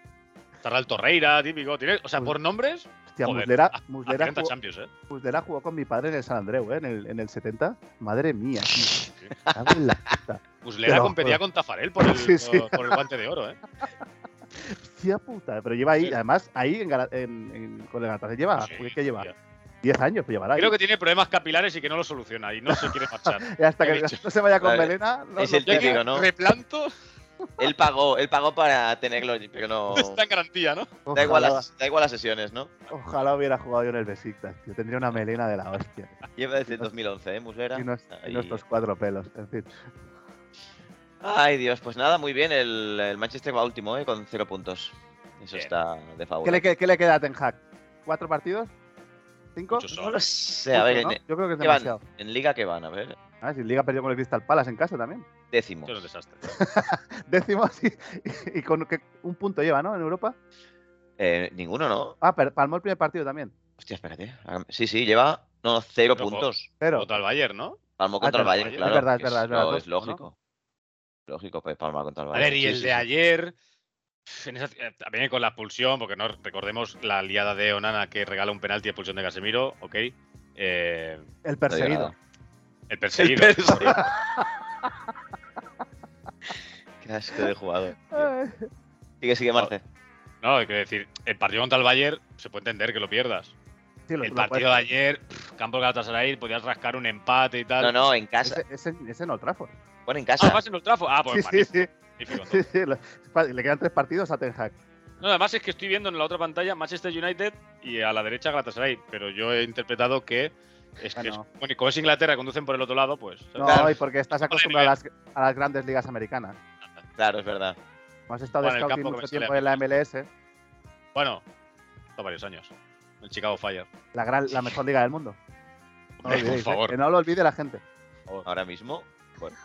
Speaker 1: Está Real Torreira, típico. tiene- o sea, por nombres,
Speaker 3: Hostia,
Speaker 1: Joder,
Speaker 3: Muslera,
Speaker 1: a-
Speaker 3: Muslera
Speaker 1: 30
Speaker 3: jugó-
Speaker 1: Champions, ¿eh?
Speaker 3: Muslera pues, jugó con mi padre en el San Andreu, ¿eh? En el, en el 70. Madre mía, tío. Me cago en la puta.
Speaker 1: Muslera
Speaker 3: Pero- pues,
Speaker 1: competía con Tafarel por el,
Speaker 3: Sí, sí.
Speaker 1: Por, por el guante de oro, ¿eh?
Speaker 3: Hostia puta. Pero lleva ahí, además, ahí en, Gala- en- en- con el Galatasaray lleva,
Speaker 1: Sí,
Speaker 3: pues, ¿qué lleva?
Speaker 1: tía.
Speaker 3: 10 años pues, llevará. ahí.
Speaker 1: Creo que tiene problemas capilares y que no lo soluciona y no se quiere marchar.
Speaker 3: Y hasta
Speaker 1: he
Speaker 3: que
Speaker 1: dicho.
Speaker 3: no se vaya con
Speaker 2: Vale.
Speaker 3: Melena, no,
Speaker 2: Es
Speaker 3: no
Speaker 2: el
Speaker 3: pega.
Speaker 2: típico, ¿no?
Speaker 1: Replanto
Speaker 2: Él pagó, él pagó para tenerlo, pero no.
Speaker 1: está en garantía, ¿no?
Speaker 2: Da igual,
Speaker 3: Ojalá,
Speaker 2: las, da igual las sesiones, ¿no?
Speaker 3: ojalá hubiera jugado yo en el Besiktas, tío. Tendría una melena de la hostia.
Speaker 2: Lleva desde 2011, ¿eh? Muslera.
Speaker 3: Y, nos- y
Speaker 2: Ahí.
Speaker 3: nuestros cuatro pelos, en fin.
Speaker 2: Ay, Dios, pues nada, muy bien. El, el Manchester va último, ¿eh? Con cero puntos. Eso
Speaker 1: Bien.
Speaker 2: está de favor.
Speaker 3: ¿Qué le, qué- qué le queda a Ten Hag? ¿Cuatro partidos? ¿Cinco?
Speaker 1: Muchos
Speaker 2: No
Speaker 1: son.
Speaker 2: lo sé, a
Speaker 3: Mucho,
Speaker 2: ver,
Speaker 3: ¿no?
Speaker 2: en,
Speaker 3: Yo creo que es
Speaker 2: ¿qué van?
Speaker 3: demasiado.
Speaker 2: en Liga que van, a ver.
Speaker 3: Ah, si Liga perdió con el Crystal Palace en casa también.
Speaker 2: Décimo.
Speaker 1: Esto es un desastre.
Speaker 3: Décimos y, y con que un punto lleva, ¿no? En Europa.
Speaker 2: Eh, ninguno, ¿no?
Speaker 3: Ah, pero palmó el primer partido también.
Speaker 2: Hostia, espérate. Ah, Sí, sí, lleva. No, cero
Speaker 1: Pero,
Speaker 2: puntos.
Speaker 3: Pero
Speaker 1: Total Bayern, ¿no?
Speaker 2: Palmo contra el
Speaker 3: claro,
Speaker 2: Bayern,
Speaker 1: es
Speaker 2: claro.
Speaker 3: verdad, Ah, es
Speaker 2: que
Speaker 3: verdad, es verdad,
Speaker 2: lo-
Speaker 3: dos,
Speaker 2: Es lógico. Lógico, pues Palma contra el
Speaker 1: A
Speaker 2: Bayern.
Speaker 1: ver, y
Speaker 2: sí,
Speaker 1: el
Speaker 2: sí,
Speaker 1: de
Speaker 2: sí.
Speaker 1: ayer. en esa- eh, también con la expulsión, porque no recordemos la liada de Onana que regala un penalti de expulsión de Casemiro, ok. Eh,
Speaker 3: el
Speaker 2: No digo
Speaker 3: perseguido.
Speaker 2: nada.
Speaker 1: el perseguido.
Speaker 2: El perseguido. Qué asco de jugador. tío.
Speaker 3: Ay,
Speaker 2: Sigue, sigue, Marce.
Speaker 1: No, hay que decir, el partido contra el Bayern se puede entender que lo pierdas.
Speaker 3: sí, lo-
Speaker 1: El
Speaker 3: lo
Speaker 1: partido de
Speaker 3: puedes-
Speaker 1: ayer, pff, campo Galatasaray, podías rascar un empate y tal.
Speaker 2: No, no, en casa.
Speaker 3: Ah, Ese, ese, ese no, Trafford.
Speaker 2: Bueno, en
Speaker 1: Ah,
Speaker 2: casa.
Speaker 1: vas en el trafo. Ah,
Speaker 3: Sí,
Speaker 1: pues
Speaker 3: sí, sí,
Speaker 1: magnífico, entonces.
Speaker 3: sí, sí, lo- pa- Le quedan tres partidos a Ten Hag.
Speaker 1: No, además es que estoy viendo en la otra pantalla Manchester United y a la derecha Galatasaray, pero yo he interpretado que es que
Speaker 3: Bueno.
Speaker 1: es- bueno, y como es Inglaterra conducen por el otro lado, pues
Speaker 3: No,
Speaker 2: Claro.
Speaker 3: y porque estás acostumbrado a las, a las grandes ligas americanas.
Speaker 2: Claro, es verdad.
Speaker 3: Como Has estado de
Speaker 1: Bueno, el
Speaker 3: scouting
Speaker 1: campo que
Speaker 3: mucho
Speaker 1: me sale
Speaker 3: tiempo
Speaker 1: a
Speaker 3: en la MLS,
Speaker 1: bueno, son varios años. El Chicago Fire.
Speaker 3: la, gran, la mejor liga del mundo. No lo
Speaker 1: Hombre, por
Speaker 3: olvidéis, ¿eh?
Speaker 1: favor.
Speaker 3: Que no lo olvide la gente. Oh.
Speaker 2: Ahora mismo. Bueno.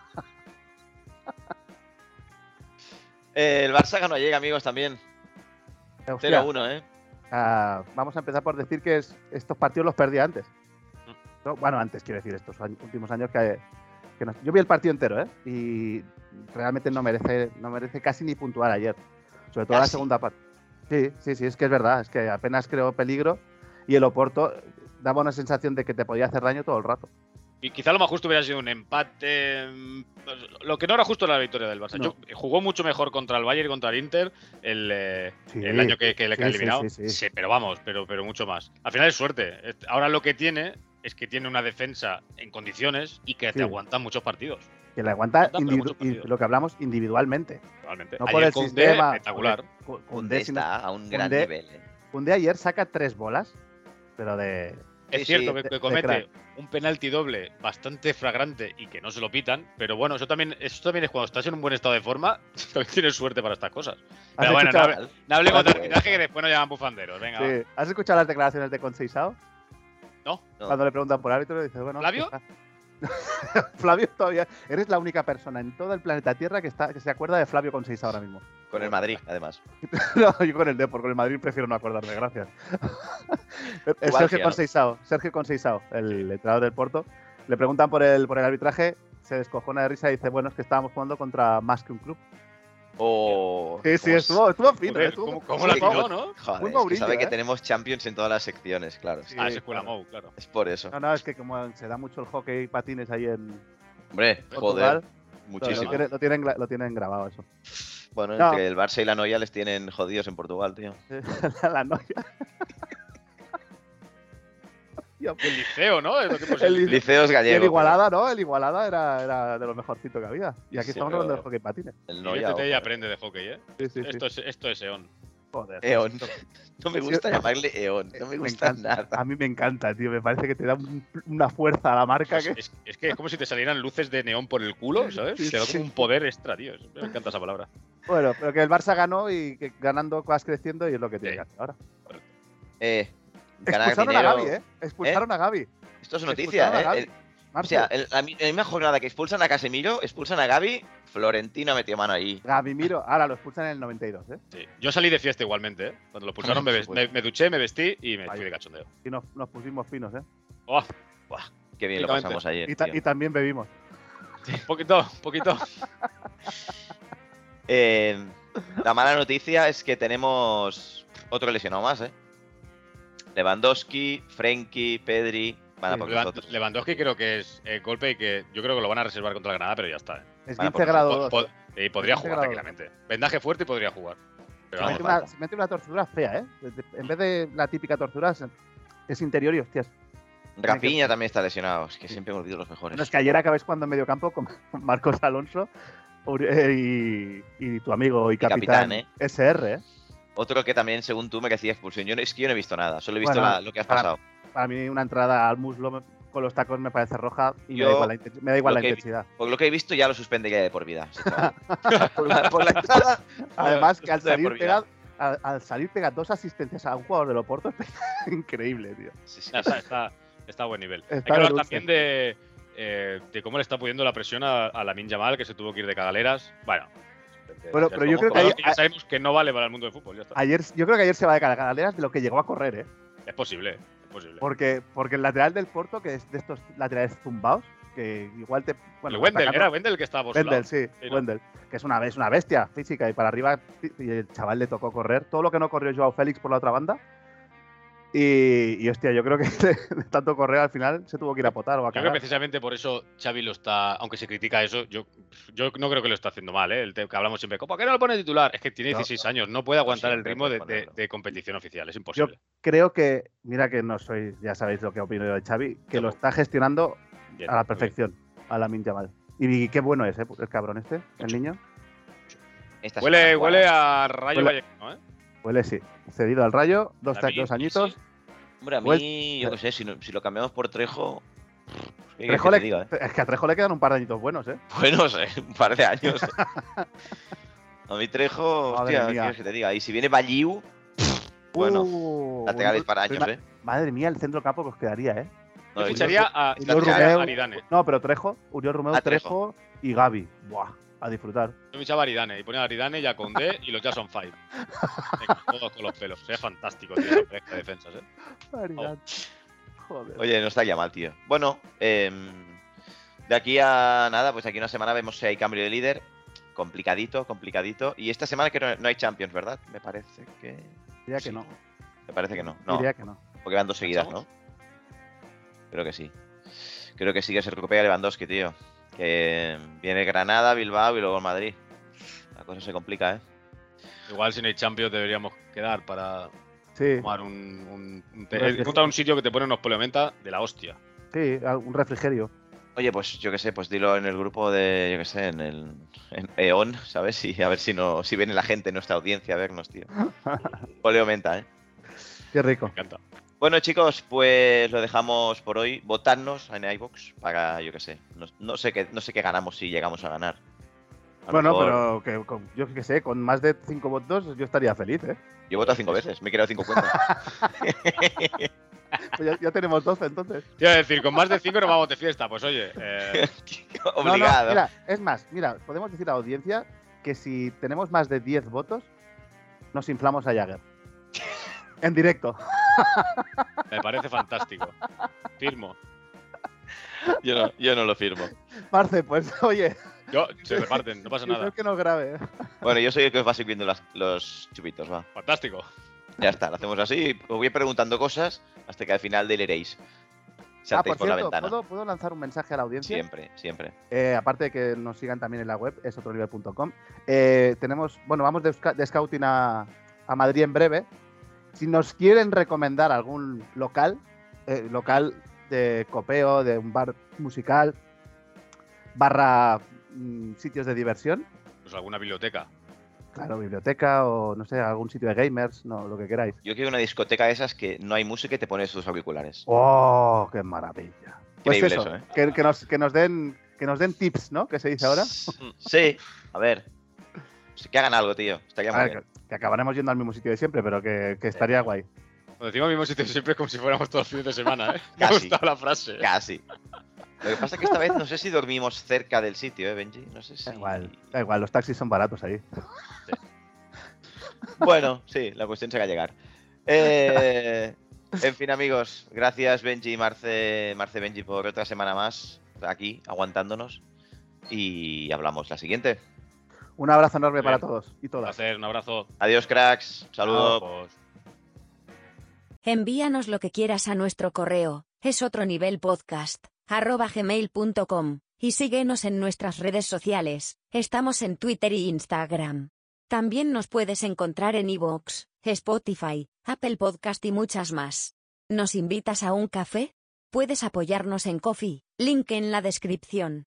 Speaker 2: Eh, el Barça ganó llega, amigos, también.
Speaker 3: Hostia,
Speaker 2: 0-1, ¿eh?
Speaker 3: ah, vamos a empezar por decir que
Speaker 1: Mm.
Speaker 3: es- estos partidos los perdí antes. No, bueno, antes quiero decir, estos años- últimos años que, que nos- yo vi el partido entero, ¿eh? Y realmente no merece, no merece casi ni puntuar ayer. Sobre
Speaker 1: ¿Ah,
Speaker 3: todo la
Speaker 2: Casi.
Speaker 3: segunda parte. Sí, sí, sí, es que es verdad, es que apenas creó peligro y el Oporto eh, daba una sensación de que te podía hacer daño todo el rato.
Speaker 1: Y quizá lo más justo hubiera sido un empate. mm, Lo que no era justo era la victoria del Barça.
Speaker 3: No.
Speaker 1: Yo- eh, jugó mucho mejor contra el Bayern y contra el Inter el, eh,
Speaker 3: Sí.
Speaker 1: el año que, que le
Speaker 3: Sí,
Speaker 1: ha
Speaker 3: sí,
Speaker 1: eliminado. Sí,
Speaker 3: sí, sí.
Speaker 1: pero vamos, pero, pero mucho más. Al final es suerte. Est- Ahora lo que tiene es que tiene una defensa en condiciones y que
Speaker 3: Sí.
Speaker 1: te aguanta muchos partidos.
Speaker 3: Que le aguanta
Speaker 1: Pero
Speaker 3: individu-
Speaker 1: muchos
Speaker 3: y
Speaker 1: partidos.
Speaker 3: lo que hablamos individualmente.
Speaker 1: Realmente.
Speaker 3: No
Speaker 1: Ayer
Speaker 3: por el
Speaker 1: Koundé,
Speaker 3: sistema.
Speaker 1: Espectacular.
Speaker 2: Cundé
Speaker 3: sin-
Speaker 2: está a un gran
Speaker 3: Koundé-
Speaker 2: nivel. ¿eh?
Speaker 3: Koundé ayer saca tres bolas, pero de.
Speaker 2: Sí,
Speaker 1: Es cierto
Speaker 2: sí,
Speaker 1: que, que
Speaker 3: de- de
Speaker 1: comete
Speaker 3: crack.
Speaker 1: un penalti doble bastante fragrante y que no se lo pitan, pero bueno, eso también, eso también es cuando estás en un buen estado de forma, también tienes suerte para estas cosas.
Speaker 3: ¿Has
Speaker 1: Pero bueno,
Speaker 3: escuchado-
Speaker 1: no, No hablemos de
Speaker 2: Vale.
Speaker 1: arbitraje que después nos llaman bufanderos. Venga, va.
Speaker 3: pues. sí. ¿Has escuchado las declaraciones de Conceisao?
Speaker 1: No.
Speaker 2: No.
Speaker 3: Cuando le preguntan por árbitro, dice, bueno.
Speaker 1: ¿Flavio?
Speaker 3: quizá- Flavio todavía. Eres la única persona en todo el planeta Tierra que, está, que se acuerda de Flavio Conceisao ahora mismo.
Speaker 2: Con el Madrid, además.
Speaker 3: No, yo con el Depor, con el Madrid prefiero no acordarme, gracias. Es Sergio
Speaker 2: ¿no?
Speaker 3: Conceisao, Sergio Conceisao, el entrenador del Porto. Le preguntan por el, por el arbitraje, se descojona de risa y dice, bueno, es que estábamos jugando contra más que un club.
Speaker 2: O.
Speaker 3: Sí, sí,
Speaker 2: Como-
Speaker 3: estuvo, estuvo fino.
Speaker 1: Joder,
Speaker 3: estuvo-
Speaker 1: ¿cómo, cómo la
Speaker 2: estuvo-
Speaker 1: tiró, no?
Speaker 2: Joder,
Speaker 3: Muy
Speaker 2: es que
Speaker 3: Mourinho,
Speaker 2: sabe que
Speaker 3: ¿eh?
Speaker 2: tenemos Champions en todas las secciones, claro.
Speaker 3: Sí, Ah.
Speaker 1: Ah, es escuela
Speaker 3: claro.
Speaker 1: Mou, claro.
Speaker 2: Es por eso.
Speaker 3: No, no, es que como se da mucho el hockey y patines ahí en
Speaker 2: Hombre,
Speaker 3: Portugal,
Speaker 2: joder,
Speaker 3: lo-
Speaker 2: muchísimo.
Speaker 3: Lo, tienen, lo, tienen, gra- lo tienen grabado eso.
Speaker 2: Bueno,
Speaker 3: No.
Speaker 2: que el Barça y la Noia les tienen jodidos en Portugal, tío.
Speaker 3: La noia. Tío,
Speaker 2: pues,
Speaker 1: El liceo, ¿no? Es lo que puse.
Speaker 3: El liceo.
Speaker 2: Liceos
Speaker 3: y el
Speaker 2: gallegos.
Speaker 3: Igualada, ¿no? El Igualada era, era de lo mejorcito que había. Y aquí
Speaker 2: Sí,
Speaker 3: estamos
Speaker 2: pero-
Speaker 3: hablando de hockey y patines.
Speaker 2: pero El
Speaker 1: El
Speaker 2: Noia.
Speaker 1: IFTTI
Speaker 2: ojo.
Speaker 1: este aprende de hockey, ¿eh?
Speaker 3: Sí, sí, sí.
Speaker 1: Esto, es, esto es EON.
Speaker 3: Joder.
Speaker 2: Eon.
Speaker 3: esto-
Speaker 2: No me
Speaker 3: Sí,
Speaker 2: gusta
Speaker 3: sí.
Speaker 2: llamarle Eon. No me gusta
Speaker 3: encanta.
Speaker 2: nada.
Speaker 3: A mí me encanta, tío. Me parece que te da un- una fuerza a la marca
Speaker 1: Es,
Speaker 3: que.
Speaker 1: Pues es- es que es como si te salieran luces de neón por el culo, ¿sabes?
Speaker 3: Sí,
Speaker 1: Te da
Speaker 3: sí.
Speaker 1: como un poder extra, tío. Me encanta esa palabra.
Speaker 3: Bueno, pero que el Barça ganó y que ganando vas creciendo y es lo que tiene
Speaker 1: Sí.
Speaker 3: que hacer ahora.
Speaker 2: Eh, ganar
Speaker 3: Expulsaron a
Speaker 2: dinero.
Speaker 3: Gaby, ¿eh? Expulsaron a Gaby.
Speaker 2: Esto es
Speaker 3: Expulsaron a
Speaker 2: noticia,
Speaker 3: Gavi.
Speaker 2: ¿eh? El- o
Speaker 3: Marco,
Speaker 2: sea, el- la, mi- la misma jornada que expulsan a Casemiro, expulsan a Gaby, Florentino metió mano ahí.
Speaker 3: Gaby Miro, ahora lo expulsan en el 92, ¿eh?
Speaker 1: Sí. Yo salí de fiesta igualmente, ¿eh? Cuando lo pulsaron me,
Speaker 2: por
Speaker 1: ves- me-
Speaker 2: supuesto.
Speaker 1: me duché, me vestí y me
Speaker 3: Vaya.
Speaker 1: fui de cachondeo.
Speaker 3: Y nos, nos pusimos finos, ¿eh?
Speaker 1: Oh,
Speaker 2: Qué bien lo
Speaker 1: Únicamente.
Speaker 2: pasamos ayer.
Speaker 3: Y, ta-
Speaker 2: tío.
Speaker 3: y también bebimos.
Speaker 1: un poquito, un poquito.
Speaker 2: Eh, la mala noticia es que tenemos otro lesionado más, ¿eh? Lewandowski, Frenkie, Pedri, van a
Speaker 3: Sí,
Speaker 2: por
Speaker 1: Levan-
Speaker 2: nosotros.
Speaker 1: Lewandowski creo que es el golpe y que yo creo que lo van a reservar contra Granada, pero ya está. ¿eh?
Speaker 3: Es
Speaker 2: Vale,
Speaker 3: 15
Speaker 2: pues,
Speaker 3: grados.
Speaker 1: Po- po- y podría
Speaker 3: Es que
Speaker 1: jugar
Speaker 3: grado
Speaker 1: tranquilamente. Vendaje fuerte y podría jugar. Pero vamos,
Speaker 3: se, mete
Speaker 2: Claro.
Speaker 3: una, se mete una torcedura fea, ¿eh? De- En vez de la típica torcedura, se- es interior y hostias.
Speaker 2: Rafinha también está lesionado, es que siempre me olvido los mejores.
Speaker 3: Bueno, es que ayer acabáis cuando en medio campo con con Marcos Alonso Uri- eh, y, y tu amigo y,
Speaker 2: capitán,
Speaker 3: capitán,
Speaker 2: ¿eh?
Speaker 3: SR, ¿eh?
Speaker 2: Otro que también, según tú, merecía expulsión. Yo no- es que yo no he visto nada, solo he visto
Speaker 3: Bueno,
Speaker 2: la- lo que has
Speaker 3: para-
Speaker 2: pasado.
Speaker 3: Para mí una entrada al muslo me- con los tacos me parece roja y
Speaker 2: Yo-
Speaker 3: me da igual la, inten- me da igual
Speaker 2: lo
Speaker 3: la
Speaker 2: que-
Speaker 3: intensidad.
Speaker 2: Por lo que he visto, ya lo suspendería de por vida. ese chaval. por, la, por la entrada.
Speaker 3: Además que al
Speaker 2: Esto de
Speaker 3: salir,
Speaker 2: por vida.
Speaker 3: pega, al, al salir pega dos asistencias a un jugador de Loporto, es increíble, tío.
Speaker 2: Sí, sí,
Speaker 1: Ya
Speaker 2: sí.
Speaker 1: está, está, está a buen nivel.
Speaker 3: Está
Speaker 1: Hay que hablar
Speaker 3: dulce.
Speaker 1: también de, eh, de cómo le está pudiendo la presión a, a la Ninja Mal, que se tuvo que ir de cagaleras. Bueno,
Speaker 3: Bueno,
Speaker 1: ya
Speaker 3: pero yo
Speaker 1: estamos
Speaker 3: creo que
Speaker 1: todos
Speaker 3: ahí-
Speaker 1: ya sabemos que no vale para el mundo del fútbol. Ya está.
Speaker 3: Ayer, yo creo que ayer se va de cargaleras de lo que llegó a correr, ¿eh?
Speaker 1: Es posible, es posible.
Speaker 3: Porque, porque el lateral del Porto, que es de estos laterales zumbados, que igual te.
Speaker 1: El
Speaker 3: Bueno,
Speaker 1: Wendel,
Speaker 3: atacando-
Speaker 1: era Wendel el que estaba por su
Speaker 3: Wendel,
Speaker 1: lado.
Speaker 3: sí,
Speaker 1: Sí, ¿no?
Speaker 3: Wendel. Que es una, es una bestia física y para arriba y el chaval le tocó correr. Todo lo que no corrió Joao Félix por la otra banda. Y, y, hostia, yo creo que de tanto correr al final se tuvo que ir a potar o a
Speaker 1: Yo creo que
Speaker 3: cagar.
Speaker 1: precisamente por eso Xavi lo está, aunque se critica eso, yo, yo no creo que lo está haciendo mal, ¿eh? El te- que hablamos siempre, ¿por qué no lo pone titular? Es que tiene
Speaker 3: No,
Speaker 1: 16 años, no puede aguantar el
Speaker 2: siempre
Speaker 1: ritmo de,
Speaker 2: puedes
Speaker 1: de-
Speaker 2: ponerlo.
Speaker 1: de competición oficial, es imposible.
Speaker 3: Creo que, mira que no soy, ya sabéis lo que opino yo de Xavi, que lo está gestionando
Speaker 1: Bien,
Speaker 3: a la
Speaker 1: muy bien.
Speaker 3: perfección, a la Minja mal. Y, qué bueno es, ¿eh? El cabrón este, el
Speaker 1: Mucho.
Speaker 3: niño.
Speaker 2: Esta
Speaker 1: Huele,
Speaker 2: semana juega.
Speaker 1: huele a Rayo
Speaker 3: Huele-
Speaker 1: Vallecano, ¿eh?
Speaker 3: Huele, sí. Cedido al rayo, dos,
Speaker 1: También,
Speaker 3: dos
Speaker 1: sí,
Speaker 3: añitos.
Speaker 1: sí.
Speaker 2: Hombre, a mí,
Speaker 3: Huel-
Speaker 2: yo qué sé, si, no- si lo cambiamos por Trejo. ¿qué quieres
Speaker 3: Trejo
Speaker 2: que te
Speaker 3: le-
Speaker 2: diga, eh?
Speaker 3: Es que a Trejo le quedan un par de añitos buenos, ¿eh?
Speaker 2: Buenos, eh, un par de años. a mí Trejo,
Speaker 3: Madre
Speaker 2: hostia, ¿qué
Speaker 3: mía.
Speaker 2: quieres que te diga? Y si viene Balliu, Bueno,
Speaker 3: Uh,
Speaker 2: laterales para
Speaker 3: soy
Speaker 2: años,
Speaker 3: una-
Speaker 2: ¿eh?
Speaker 3: Madre mía, el centro campo que os quedaría, ¿eh?
Speaker 2: No,
Speaker 1: Yo
Speaker 2: y-
Speaker 1: ficharía a,
Speaker 3: y
Speaker 1: yo
Speaker 3: luego
Speaker 1: ficharía a
Speaker 3: Romeo-
Speaker 1: Aridane.
Speaker 3: No, pero Trejo, Uriol Romeo,
Speaker 2: Ah, Trejo.
Speaker 3: Trejo. y Gaby. Buah, a disfrutar.
Speaker 1: Yo me echaba a Aridane y ponía a Aridane y a Condé y los ya son five. Venga, Todos con los pelos. Sería fantástico, tío, esa pareja de defensas, ¿eh?
Speaker 2: Oh.
Speaker 3: Marinat. Joder.
Speaker 2: Oye, no estaría mal, tío. Bueno, eh, De aquí a nada, pues aquí una semana vemos si hay cambio de líder. Complicadito, complicadito. Y esta semana que no, no hay Champions, ¿verdad? Me parece que.
Speaker 3: Diría
Speaker 2: Sí.
Speaker 3: que no.
Speaker 2: Me parece que no. No,
Speaker 3: Diría que no.
Speaker 2: porque van dos seguidas, ¿no? Creo que sí. Creo que sí que se recupera Lewandowski, tío. Que viene Granada, Bilbao y luego el Madrid. La cosa se complica, ¿eh?
Speaker 1: Igual si no hay Champions deberíamos quedar para
Speaker 3: Sí,
Speaker 1: tomar un... un, un
Speaker 3: Pero
Speaker 1: te-
Speaker 3: es que-
Speaker 1: encontrar un sitio que te pone unos poliomentas de la hostia.
Speaker 3: sí, un refrigerio.
Speaker 2: Oye, pues yo qué sé, pues dilo en el grupo de, yo qué sé, en el en EON, ¿sabes? Y a ver si no, si viene la gente, nuestra audiencia a vernos, tío. Poleo menta, ¿eh?
Speaker 3: Qué rico.
Speaker 1: Me encanta.
Speaker 2: Bueno, chicos, pues lo dejamos por hoy. Votadnos en iVoox para, yo qué sé, no, no sé qué, no sé qué ganamos si llegamos a ganar. A lo
Speaker 3: Bueno,
Speaker 2: mejor-
Speaker 3: pero que, con- yo qué sé, con más de 5 votos yo estaría feliz, ¿eh?
Speaker 2: Yo he votado cinco veces, me he quedado cinco cuentas.
Speaker 3: Pues ya, ya tenemos 12 entonces.
Speaker 1: Te iba a decir, con más de cinco nos vamos de fiesta. Pues oye, eh,
Speaker 3: No, no,
Speaker 2: Obligado.
Speaker 3: mira, es más, mira, podemos decir a la audiencia que si tenemos más de 10 votos, nos inflamos a Jagger. En directo.
Speaker 1: me parece fantástico. Firmo.
Speaker 2: yo, no, yo no lo firmo.
Speaker 3: Marce, pues oye,
Speaker 1: Yo, se reparten, no pasa
Speaker 3: no
Speaker 1: nada.
Speaker 3: es que nos grabe.
Speaker 2: Bueno, yo soy el que os va sirviendo las- los chupitos, va.
Speaker 1: Fantástico.
Speaker 2: Ya está, lo hacemos así. Os voy preguntando cosas hasta que al final deliréis.
Speaker 3: Ah,
Speaker 2: Saltéis
Speaker 3: por
Speaker 2: por, la
Speaker 3: cierto,
Speaker 2: ventana.
Speaker 3: ¿puedo, puedo lanzar un mensaje a la audiencia?
Speaker 2: Siempre, siempre.
Speaker 3: Eh, aparte de que nos sigan también en la web, es esotronivel.com. Eh, tenemos, bueno, vamos de, sca- de scouting a, a Madrid en breve. Si nos quieren recomendar algún local, eh, local de copeo, de un bar musical, barra mm, sitios de diversión,
Speaker 1: Pues alguna biblioteca.
Speaker 3: claro, biblioteca o no sé, algún sitio de gamers, no, lo que queráis.
Speaker 2: Yo quiero una discoteca de esas que no hay música y te pones tus auriculares.
Speaker 3: ¡Oh, qué maravilla! Pues
Speaker 2: Increíble
Speaker 3: eso,
Speaker 2: eso, ¿eh?
Speaker 3: que, que nos, que nos den, que nos den tips, ¿no? Que se dice ahora.
Speaker 2: Sí, a ver. Sí, Que hagan algo, tío. Estaría
Speaker 3: A
Speaker 2: muy
Speaker 3: ver,
Speaker 2: bien.
Speaker 3: que, que acabaremos yendo al mismo sitio de siempre, pero que, que estaría guay.
Speaker 1: Lo decimos al mismo sitio siempre como si fuéramos todos los fines de semana, ¿eh? Me ha
Speaker 2: Casi.
Speaker 1: gustado la frase.
Speaker 2: Casi. Lo que pasa es que esta vez no sé si dormimos cerca del sitio, ¿eh, Benji? No sé si.
Speaker 3: Da igual, da igual, los taxis son baratos ahí.
Speaker 2: Bueno, sí, la cuestión se va a llegar. Eh, en fin, amigos, gracias Benji y Marce, Marce Benji por otra semana más aquí, aguantándonos. Y hablamos la siguiente.
Speaker 3: Un abrazo enorme
Speaker 1: Bien.
Speaker 3: para todos y
Speaker 1: Un
Speaker 3: todas.
Speaker 1: placer, un abrazo.
Speaker 2: Adiós, cracks. Saludos.
Speaker 1: Pues-
Speaker 4: Envíanos lo que quieras a nuestro correo, es otro nivel podcast, arroba gmail.com, y síguenos en nuestras redes sociales, estamos en Twitter y Instagram. También nos puedes encontrar en iVoox, Spotify, Apple Podcast y muchas más. ¿Nos invitas a un café? Puedes apoyarnos en Coffee, link en la descripción.